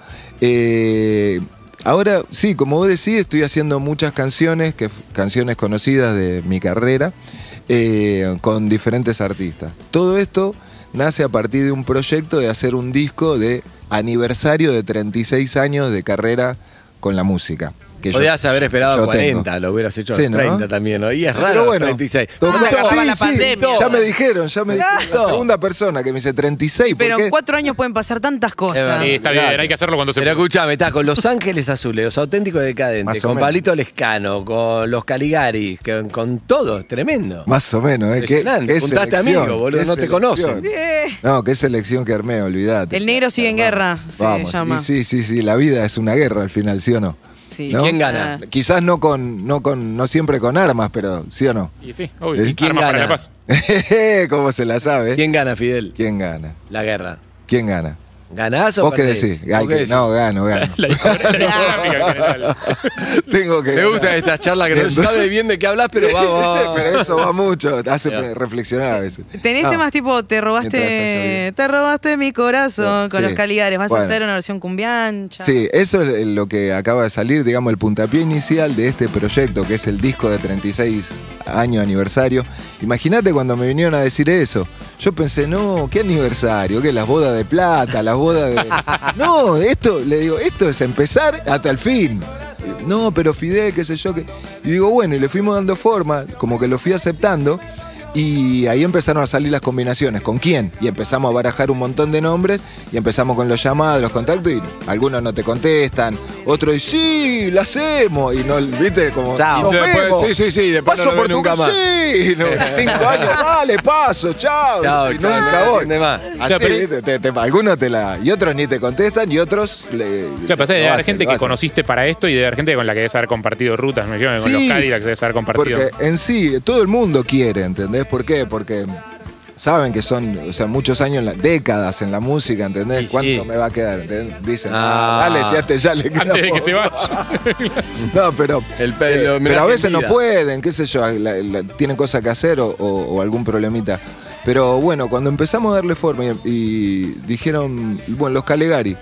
[SPEAKER 4] Eh, ahora, sí, como vos decís, estoy haciendo muchas canciones, que, f- canciones conocidas de mi carrera, eh, con diferentes artistas. Todo esto nace a partir de un proyecto de hacer un disco de aniversario de 36 años de carrera con la música. que yo-
[SPEAKER 2] Podrías haber esperado
[SPEAKER 4] yo
[SPEAKER 2] 40,
[SPEAKER 4] tengo.
[SPEAKER 2] lo hubieras hecho a
[SPEAKER 4] Sí,
[SPEAKER 2] los
[SPEAKER 4] ¿no?
[SPEAKER 2] 30 también, ¿no? Y es raro,
[SPEAKER 4] Pero
[SPEAKER 2] los
[SPEAKER 4] bueno,
[SPEAKER 2] 36.
[SPEAKER 4] tocó-
[SPEAKER 6] Anda que
[SPEAKER 4] sí,
[SPEAKER 6] acaba la
[SPEAKER 4] sí,
[SPEAKER 6] pandemia.
[SPEAKER 4] ya me dijeron, ya me dijeron. La segunda persona que me dice 36. ¿por
[SPEAKER 5] Pero
[SPEAKER 4] qué?
[SPEAKER 5] en cuatro años pueden pasar tantas cosas.
[SPEAKER 2] verdad.
[SPEAKER 3] Sí, Eh, está bien, hay que hacerlo cuando se
[SPEAKER 2] Ah, Pero escúchame, está con Los Ángeles Azules, Los Auténticos Decadentes,
[SPEAKER 4] Más o
[SPEAKER 2] con
[SPEAKER 4] menos.
[SPEAKER 2] Pablito Lescano, con Los Caligari, con, con todo, es tremendo.
[SPEAKER 4] Más o menos, ¿eh? ¿Qué,
[SPEAKER 2] Impresionante.
[SPEAKER 4] qué
[SPEAKER 2] Juntate
[SPEAKER 4] selección,
[SPEAKER 2] amigos, boludo,
[SPEAKER 4] qué
[SPEAKER 2] no te
[SPEAKER 4] selección.
[SPEAKER 2] conocen.
[SPEAKER 5] Eh,
[SPEAKER 4] No, qué selección que armé, olvidate.
[SPEAKER 5] El negro sigue en guerra, se
[SPEAKER 4] Vamos,
[SPEAKER 5] llama.
[SPEAKER 4] y sí, sí, sí, la vida es una guerra al final, ¿sí o no?
[SPEAKER 5] Sí.
[SPEAKER 2] ¿Y quién gana?
[SPEAKER 5] Ah.
[SPEAKER 4] Quizás no con, no con, no siempre con armas, pero ¿sí o no? (laughs)
[SPEAKER 3] Y sí, obvio.
[SPEAKER 4] ¿Y
[SPEAKER 3] ¿Y
[SPEAKER 4] quién
[SPEAKER 3] para la
[SPEAKER 2] gana?
[SPEAKER 3] paz.
[SPEAKER 4] ¿Cómo se la sabe?
[SPEAKER 2] ¿Quién gana, Fidel?
[SPEAKER 4] ¿Quién gana?
[SPEAKER 2] La guerra.
[SPEAKER 4] ¿Quién gana?
[SPEAKER 2] ¿Ganás o
[SPEAKER 4] ¿Vos qué
[SPEAKER 2] perdés?
[SPEAKER 4] decís?
[SPEAKER 2] ¿Vos
[SPEAKER 4] Ay,
[SPEAKER 2] qué
[SPEAKER 4] que-
[SPEAKER 2] decís?
[SPEAKER 4] no,
[SPEAKER 2] (laughs)
[SPEAKER 4] gano, gano.
[SPEAKER 3] La discografía en general.
[SPEAKER 4] (laughs) Tengo que
[SPEAKER 2] Me gusta
[SPEAKER 4] ganar.
[SPEAKER 2] esta charla que no
[SPEAKER 4] Bien.
[SPEAKER 2] sabe bien de qué hablas, pero vamos.
[SPEAKER 4] (laughs) Pero eso va mucho, hace pe- reflexionar a veces.
[SPEAKER 5] Tenés
[SPEAKER 4] Ah,
[SPEAKER 5] temas tipo, te
[SPEAKER 4] Mientras haya
[SPEAKER 5] robaste,
[SPEAKER 4] llovido.
[SPEAKER 5] te robaste mi corazón
[SPEAKER 4] Sí,
[SPEAKER 5] con
[SPEAKER 4] sí.
[SPEAKER 5] los caligares. Vas a
[SPEAKER 4] Bueno.
[SPEAKER 5] hacer una versión cumbiancha.
[SPEAKER 4] Sí, eso es eh, lo que acaba de salir, digamos, el puntapié inicial de este proyecto, que es el disco de 36 años aniversario. Imagínate cuando me vinieron a decir eso. Yo pensé, no, ¿qué aniversario? ¿Qué? Las bodas de plata, las bodas de. No, esto, le digo, esto es empezar hasta el fin. No, pero Fidel, qué sé yo, qué. Y digo, bueno, y le fuimos dando forma, como que lo fui aceptando. Y ahí empezaron a salir las combinaciones. ¿Con quién? Y empezamos a barajar un montón de nombres y empezamos con los llamados, los contactos y algunos no te contestan. Otro dice, sí, la hacemos. Y no, viste, como,
[SPEAKER 6] Chao.
[SPEAKER 4] nos
[SPEAKER 2] Y después,
[SPEAKER 4] vemos.
[SPEAKER 2] sí, sí, sí, después
[SPEAKER 4] Paso
[SPEAKER 2] no lo
[SPEAKER 4] por
[SPEAKER 2] ves
[SPEAKER 4] tu
[SPEAKER 2] nunca
[SPEAKER 4] casa,
[SPEAKER 2] más.
[SPEAKER 4] sí.
[SPEAKER 2] (laughs)
[SPEAKER 4] no, cinco años, vale, paso, chao.
[SPEAKER 2] Chao,
[SPEAKER 4] y
[SPEAKER 2] chao,
[SPEAKER 4] nunca
[SPEAKER 2] no
[SPEAKER 4] voy.
[SPEAKER 2] entiende más.
[SPEAKER 4] Así,
[SPEAKER 3] Ya, pero-
[SPEAKER 4] viste, te- te- algunos te la... Y otros ni te contestan y otros... Le,
[SPEAKER 3] Claro, pero
[SPEAKER 4] lo
[SPEAKER 3] debe haber
[SPEAKER 4] hacen,
[SPEAKER 3] gente
[SPEAKER 4] lo
[SPEAKER 3] que
[SPEAKER 4] hacen.
[SPEAKER 3] conociste para esto y debe haber gente con la que debes haber compartido rutas, me imagino, que con
[SPEAKER 4] Sí,
[SPEAKER 3] los Cadillacs debes haber compartido.
[SPEAKER 4] Porque en sí, todo el mundo quiere, ¿entendés? ¿Por qué? Porque saben que son, o sea, muchos años, la- décadas en la música, ¿entendés?
[SPEAKER 2] Y
[SPEAKER 4] ¿Cuánto
[SPEAKER 2] sí.
[SPEAKER 4] me va a quedar? ¿Entendés? Dicen,
[SPEAKER 2] Ah.
[SPEAKER 4] "Ah, dale, si a este ya le
[SPEAKER 3] (laughs)
[SPEAKER 4] queda
[SPEAKER 3] Antes de que
[SPEAKER 4] poco". (laughs)
[SPEAKER 3] se vaya.
[SPEAKER 4] No, pero. eh,
[SPEAKER 2] El pelo, mirá
[SPEAKER 4] pero a
[SPEAKER 2] qué
[SPEAKER 4] veces no
[SPEAKER 2] vida.
[SPEAKER 4] pueden, qué sé yo, la- la- tienen cosas que hacer o, o- o algún problemita. Pero bueno, cuando empezamos a darle forma y, y dijeron, bueno, los Calegari.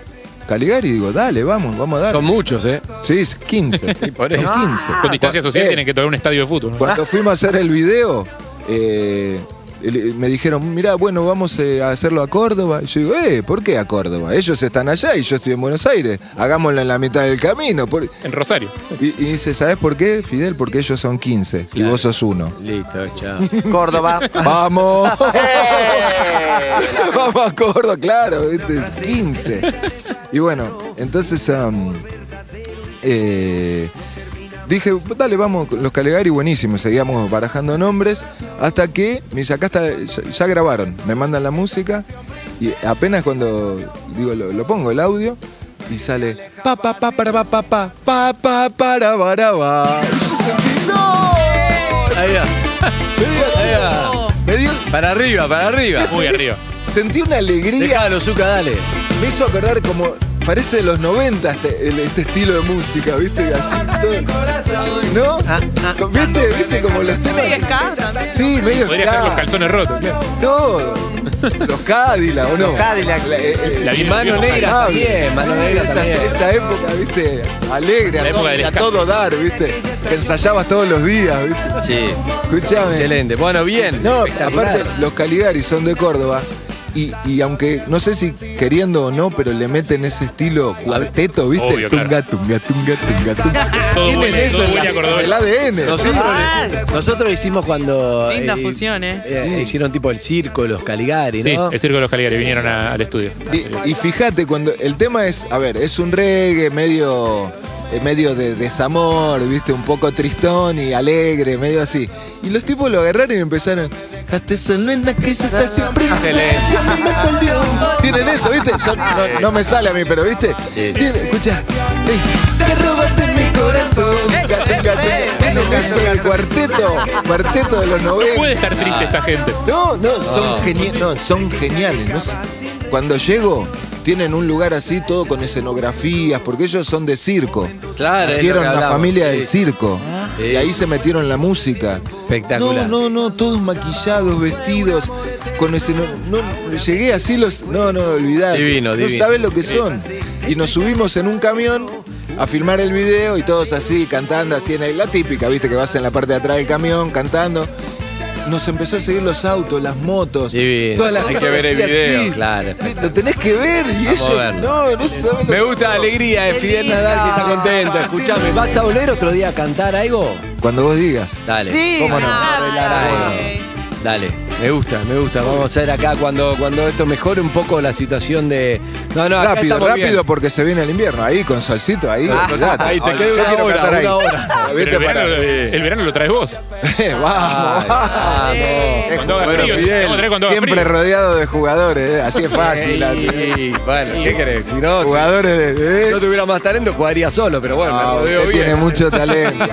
[SPEAKER 4] Calegari, digo, dale, vamos, vamos a dar.
[SPEAKER 2] Son muchos, ¿eh?
[SPEAKER 4] Sí, es 15.
[SPEAKER 2] por
[SPEAKER 4] Son
[SPEAKER 2] eso.
[SPEAKER 4] 15.
[SPEAKER 3] Con distancia social
[SPEAKER 4] Eh,
[SPEAKER 3] tienen que tocar un estadio de fútbol. ¿no?
[SPEAKER 4] cuando fuimos a hacer el video, eh, el- me dijeron, mirá, bueno, vamos eh, a hacerlo a Córdoba. Y yo digo, eh, ¿por qué a Córdoba? Ellos están allá y yo estoy en Buenos Aires. Hagámoslo en la mitad del camino. por-".
[SPEAKER 3] En Rosario.
[SPEAKER 4] Y, y dice, ¿sabes por qué, Fidel? Porque ellos son 15 y vos sos uno.
[SPEAKER 2] Listo, chao.
[SPEAKER 6] Córdoba.
[SPEAKER 4] ¡Vamos! (laughs) Vamos a Córdoba, claro, ¿viste? Es 15. Y bueno, entonces am, eh, dije, dale, vamos, con los Calegari, buenísimo. Seguíamos barajando nombres hasta que me dice, acá está, ya, ya grabaron, me mandan la música y apenas cuando digo, lo, lo pongo el audio. Y sale pa pa pa para pa pa pa pa pa para para pa. Yo sentí no.
[SPEAKER 2] Ahí va,
[SPEAKER 4] Me dio así,
[SPEAKER 2] ahí va.
[SPEAKER 4] me dio-
[SPEAKER 2] Para arriba, para arriba.
[SPEAKER 3] Muy
[SPEAKER 4] (laughs)
[SPEAKER 3] arriba.
[SPEAKER 4] sentí una alegría
[SPEAKER 2] Dejalo, Zuka, dale.
[SPEAKER 4] Me hizo acordar como. Parece de los 90 este, el- este estilo de música, ¿viste? Así, todo. ¿No?
[SPEAKER 3] Ah,
[SPEAKER 4] ¿Viste? ¿Viste como los
[SPEAKER 5] ¿Medio
[SPEAKER 4] temas?
[SPEAKER 5] ska también?
[SPEAKER 4] Sí, medio
[SPEAKER 3] Podría ser los
[SPEAKER 4] ska.
[SPEAKER 3] calzones rotos. claro.
[SPEAKER 4] Todo. Los Cadillac, ¿o no?
[SPEAKER 6] Los Cadillac.
[SPEAKER 4] La- eh, eh,
[SPEAKER 3] La
[SPEAKER 2] Y
[SPEAKER 3] bien-
[SPEAKER 2] mano
[SPEAKER 3] bien-
[SPEAKER 2] negra
[SPEAKER 4] Ah,
[SPEAKER 2] también, mano
[SPEAKER 4] sí,
[SPEAKER 2] negra
[SPEAKER 4] esa,
[SPEAKER 2] también.
[SPEAKER 4] esa época, viste, alegre,
[SPEAKER 3] La
[SPEAKER 4] a
[SPEAKER 3] época
[SPEAKER 4] todo,
[SPEAKER 3] del
[SPEAKER 4] a
[SPEAKER 3] escape.
[SPEAKER 4] todo dar, viste. Que ensayabas todos los días, viste.
[SPEAKER 2] Sí,
[SPEAKER 4] Escuchame.
[SPEAKER 2] excelente. Bueno, bien.
[SPEAKER 4] No,
[SPEAKER 2] espectacular.
[SPEAKER 4] aparte, los Caligari son de Córdoba. Y, y aunque no sé si queriendo o no, pero le meten ese estilo cuarteto, ¿viste?
[SPEAKER 3] Obvio, claro.
[SPEAKER 4] tunga, tunga, tunga, tunga, tunga.
[SPEAKER 3] Todo
[SPEAKER 4] Tienen
[SPEAKER 3] huele-
[SPEAKER 4] eso
[SPEAKER 3] todo
[SPEAKER 4] en
[SPEAKER 3] huele
[SPEAKER 4] la-
[SPEAKER 3] a cordón.
[SPEAKER 4] el ADN.
[SPEAKER 2] Nosotros,
[SPEAKER 6] Ah.
[SPEAKER 2] nosotros hicimos cuando.
[SPEAKER 5] Linda fusión, ¿eh?
[SPEAKER 4] Sí.
[SPEAKER 2] Hicieron tipo el circo, los Caligari,
[SPEAKER 3] Sí,
[SPEAKER 2] ¿no?
[SPEAKER 3] el Circo de los Caligari vinieron a- al estudio.
[SPEAKER 4] Y, y fíjate, cuando el tema es, a ver, es un reggae medio, eh, medio de desamor, viste, un poco tristón y alegre, medio así. Y los tipos lo agarraron y empezaron, hazte solo en aquella estación princesa, me mata el león". Tienen eso, viste, Yo- no, no me sale a mí, pero viste, Tienen- escucha, ey, te robaste mi corazón, Tunga, tunga, tunga. tienen eso del cuarteto, cuarteto de los
[SPEAKER 3] No puede
[SPEAKER 4] 90.
[SPEAKER 3] estar triste esta gente.
[SPEAKER 4] No,
[SPEAKER 2] Ah,
[SPEAKER 4] no, son,
[SPEAKER 2] pues
[SPEAKER 4] genia- no, son geniales. no sé. Cuando llego, tienen un lugar así, todo con escenografías, porque ellos son de circo.
[SPEAKER 2] Claro, es lo
[SPEAKER 4] Hicieron
[SPEAKER 2] que
[SPEAKER 4] la
[SPEAKER 2] hablamos,
[SPEAKER 4] familia
[SPEAKER 2] sí.
[SPEAKER 4] del circo.
[SPEAKER 2] Sí.
[SPEAKER 4] Y ahí se metieron la música.
[SPEAKER 2] Espectacular.
[SPEAKER 4] No, no, no, todos maquillados, vestidos, con esceno- no, Llegué así los. No, no, olvidar.
[SPEAKER 2] Divino,
[SPEAKER 4] no
[SPEAKER 2] divino.
[SPEAKER 4] sabes lo que son. Y nos subimos en un camión a filmar el video y todos así, cantando, así en el- la típica, viste, que vas en la parte de atrás del camión cantando. Nos empezó a seguir los autos, las motos.
[SPEAKER 2] Divino.
[SPEAKER 4] Toda la
[SPEAKER 2] Hay
[SPEAKER 4] gente
[SPEAKER 2] que ver el
[SPEAKER 4] hacía
[SPEAKER 2] video,
[SPEAKER 4] así.
[SPEAKER 2] claro.
[SPEAKER 4] Lo tenés que ver y
[SPEAKER 2] Vamos a
[SPEAKER 4] ellos.
[SPEAKER 2] verlo.
[SPEAKER 4] No, no saben lo
[SPEAKER 2] Me
[SPEAKER 4] que
[SPEAKER 2] gusta la
[SPEAKER 4] son.
[SPEAKER 2] alegría de
[SPEAKER 6] Qué
[SPEAKER 2] Fidel
[SPEAKER 6] lindo.
[SPEAKER 2] Nadal que está contento. Escuchame, ¿vas a volver otro día a cantar algo?
[SPEAKER 4] Cuando vos digas.
[SPEAKER 2] Dale.
[SPEAKER 6] Sí,
[SPEAKER 2] ¿Cómo no?
[SPEAKER 6] dale.
[SPEAKER 2] Dale. Dale. me gusta, me gusta. Vamos a hacer acá cuando, cuando esto mejore un poco la situación de. No, no, Ah, acá
[SPEAKER 4] Rápido,
[SPEAKER 2] estamos
[SPEAKER 4] rápido
[SPEAKER 2] bien. Ah,
[SPEAKER 4] porque se viene el invierno. Ahí con solcito, ahí. olvidate.
[SPEAKER 2] ahí te queda
[SPEAKER 4] Yo
[SPEAKER 2] una
[SPEAKER 4] quiero
[SPEAKER 2] hora,
[SPEAKER 4] cantar ahí.
[SPEAKER 2] una hora.
[SPEAKER 3] Pero
[SPEAKER 4] (laughs) Vete
[SPEAKER 3] el, verano,
[SPEAKER 4] para. Eh,
[SPEAKER 3] el verano lo traes vos.
[SPEAKER 4] (laughs) Vamos,
[SPEAKER 2] Ay,
[SPEAKER 4] vamos.
[SPEAKER 2] vamos.
[SPEAKER 3] Cuando haga
[SPEAKER 2] Bueno,
[SPEAKER 3] frío,
[SPEAKER 2] Fidel,
[SPEAKER 3] vamos a traer cuando haga
[SPEAKER 4] Siempre
[SPEAKER 3] frío.
[SPEAKER 4] rodeado de jugadores, ¿eh? así es fácil. la-
[SPEAKER 2] Sí, bueno, ¿qué crees? Si no, si
[SPEAKER 4] Jugadores de. ¿eh?
[SPEAKER 2] no tuviera más talento, jugaría solo, pero bueno,
[SPEAKER 4] Ah,
[SPEAKER 2] me
[SPEAKER 4] usted
[SPEAKER 2] rodeo bien.
[SPEAKER 4] tiene mucho talento.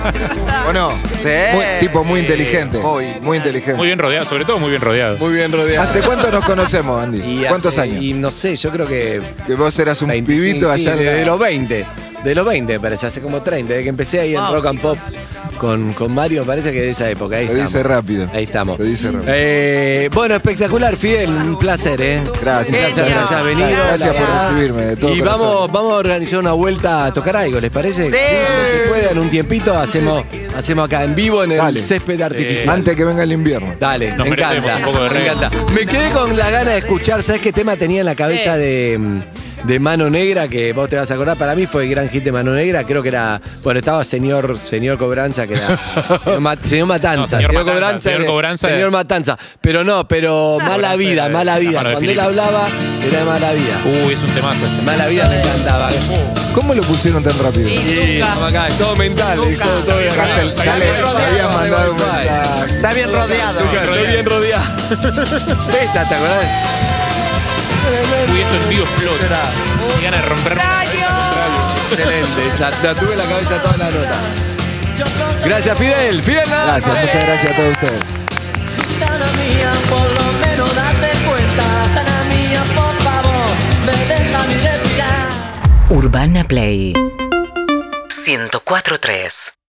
[SPEAKER 4] ¿O no?
[SPEAKER 6] Sí.
[SPEAKER 4] Muy- tipo muy inteligente. Muy, inteligente.
[SPEAKER 3] Muy bien rodeado, sobre todo muy bien rodeado.
[SPEAKER 2] Muy bien rodeado.
[SPEAKER 4] ¿Hace cuánto nos conocemos, Andy?
[SPEAKER 2] Y hace-
[SPEAKER 4] Ah, ¿Cuántos años?
[SPEAKER 2] Y no sé, yo creo que.
[SPEAKER 4] que vos eras un
[SPEAKER 2] 25,
[SPEAKER 4] pibito
[SPEAKER 2] sí,
[SPEAKER 4] allá en
[SPEAKER 2] de,
[SPEAKER 4] la-
[SPEAKER 2] de los 20. De los 20, me parece, hace como 30, desde que empecé ahí en
[SPEAKER 5] Wow,
[SPEAKER 2] Rock and Pop con, con Mario, me parece que de esa época. Ahí
[SPEAKER 4] Lo
[SPEAKER 2] estamos.
[SPEAKER 4] dice rápido.
[SPEAKER 2] Ahí estamos.
[SPEAKER 4] Lo dice rápido.
[SPEAKER 2] Eh, bueno, espectacular, Fidel, un placer, ¿eh?
[SPEAKER 4] Gracias,
[SPEAKER 2] Gracias por hayas venido.
[SPEAKER 4] Gracias por recibirme. De todo
[SPEAKER 2] Y
[SPEAKER 4] corazón.
[SPEAKER 2] vamos, vamos a organizar una vuelta a tocar algo, ¿les parece? Si pueden, un tiempito, hacemos, hacemos acá en vivo en el
[SPEAKER 4] Dale.
[SPEAKER 2] césped artificial.
[SPEAKER 4] Antes que venga el invierno.
[SPEAKER 2] Dale,
[SPEAKER 3] Nos
[SPEAKER 2] me
[SPEAKER 3] merecemos
[SPEAKER 2] encanta.
[SPEAKER 3] un poco de
[SPEAKER 2] me
[SPEAKER 3] reggae.
[SPEAKER 2] encanta. Me quedé con la gana de escuchar, ¿sabes qué tema tenía en la cabeza de, de Mano Negra? Que vos te vas a acordar, para mí fue el gran hit de Mano Negra, creo que era, bueno, estaba señor, señor Cobranza,
[SPEAKER 4] (laughs)
[SPEAKER 2] que era señor, Ma- señor Matanza,
[SPEAKER 3] No, señor Matanza, señor
[SPEAKER 2] era-
[SPEAKER 3] Cobranza
[SPEAKER 2] señor
[SPEAKER 3] era-
[SPEAKER 2] Matanza, pero no, pero mala
[SPEAKER 3] Cobranza
[SPEAKER 2] vida,
[SPEAKER 3] era
[SPEAKER 2] mala
[SPEAKER 3] la
[SPEAKER 2] vida.
[SPEAKER 3] mano de
[SPEAKER 2] Cuando él
[SPEAKER 3] Filipo.
[SPEAKER 2] hablaba, era de mala vida.
[SPEAKER 3] Uy, es un temazo este.
[SPEAKER 2] Mala vida me encantaba.
[SPEAKER 4] ¿Cómo lo pusieron tan rápido?
[SPEAKER 5] Sí.
[SPEAKER 2] Sí,
[SPEAKER 5] Zucca.
[SPEAKER 2] estamos acá, es todo mental, es todo, todo bien.
[SPEAKER 4] Ya, se- ya le ya había mandado un mensaje.
[SPEAKER 6] Está bien rodeado.
[SPEAKER 2] Zucca, estoy bien rodeado. Zeta, ¿te acordás?
[SPEAKER 3] Uy, esto en vivo explota. Y gana de romper.
[SPEAKER 2] Excelente, la, la tuve en la cabeza toda la nota. Gracias, Fidel. Fidel, nada más.
[SPEAKER 4] Gracias, muchas gracias a todos ustedes.
[SPEAKER 7] Gitana mía, por lo menos date cuenta. Gitana mía, por favor, me deja mi respirar.
[SPEAKER 8] Urbana Play 104.3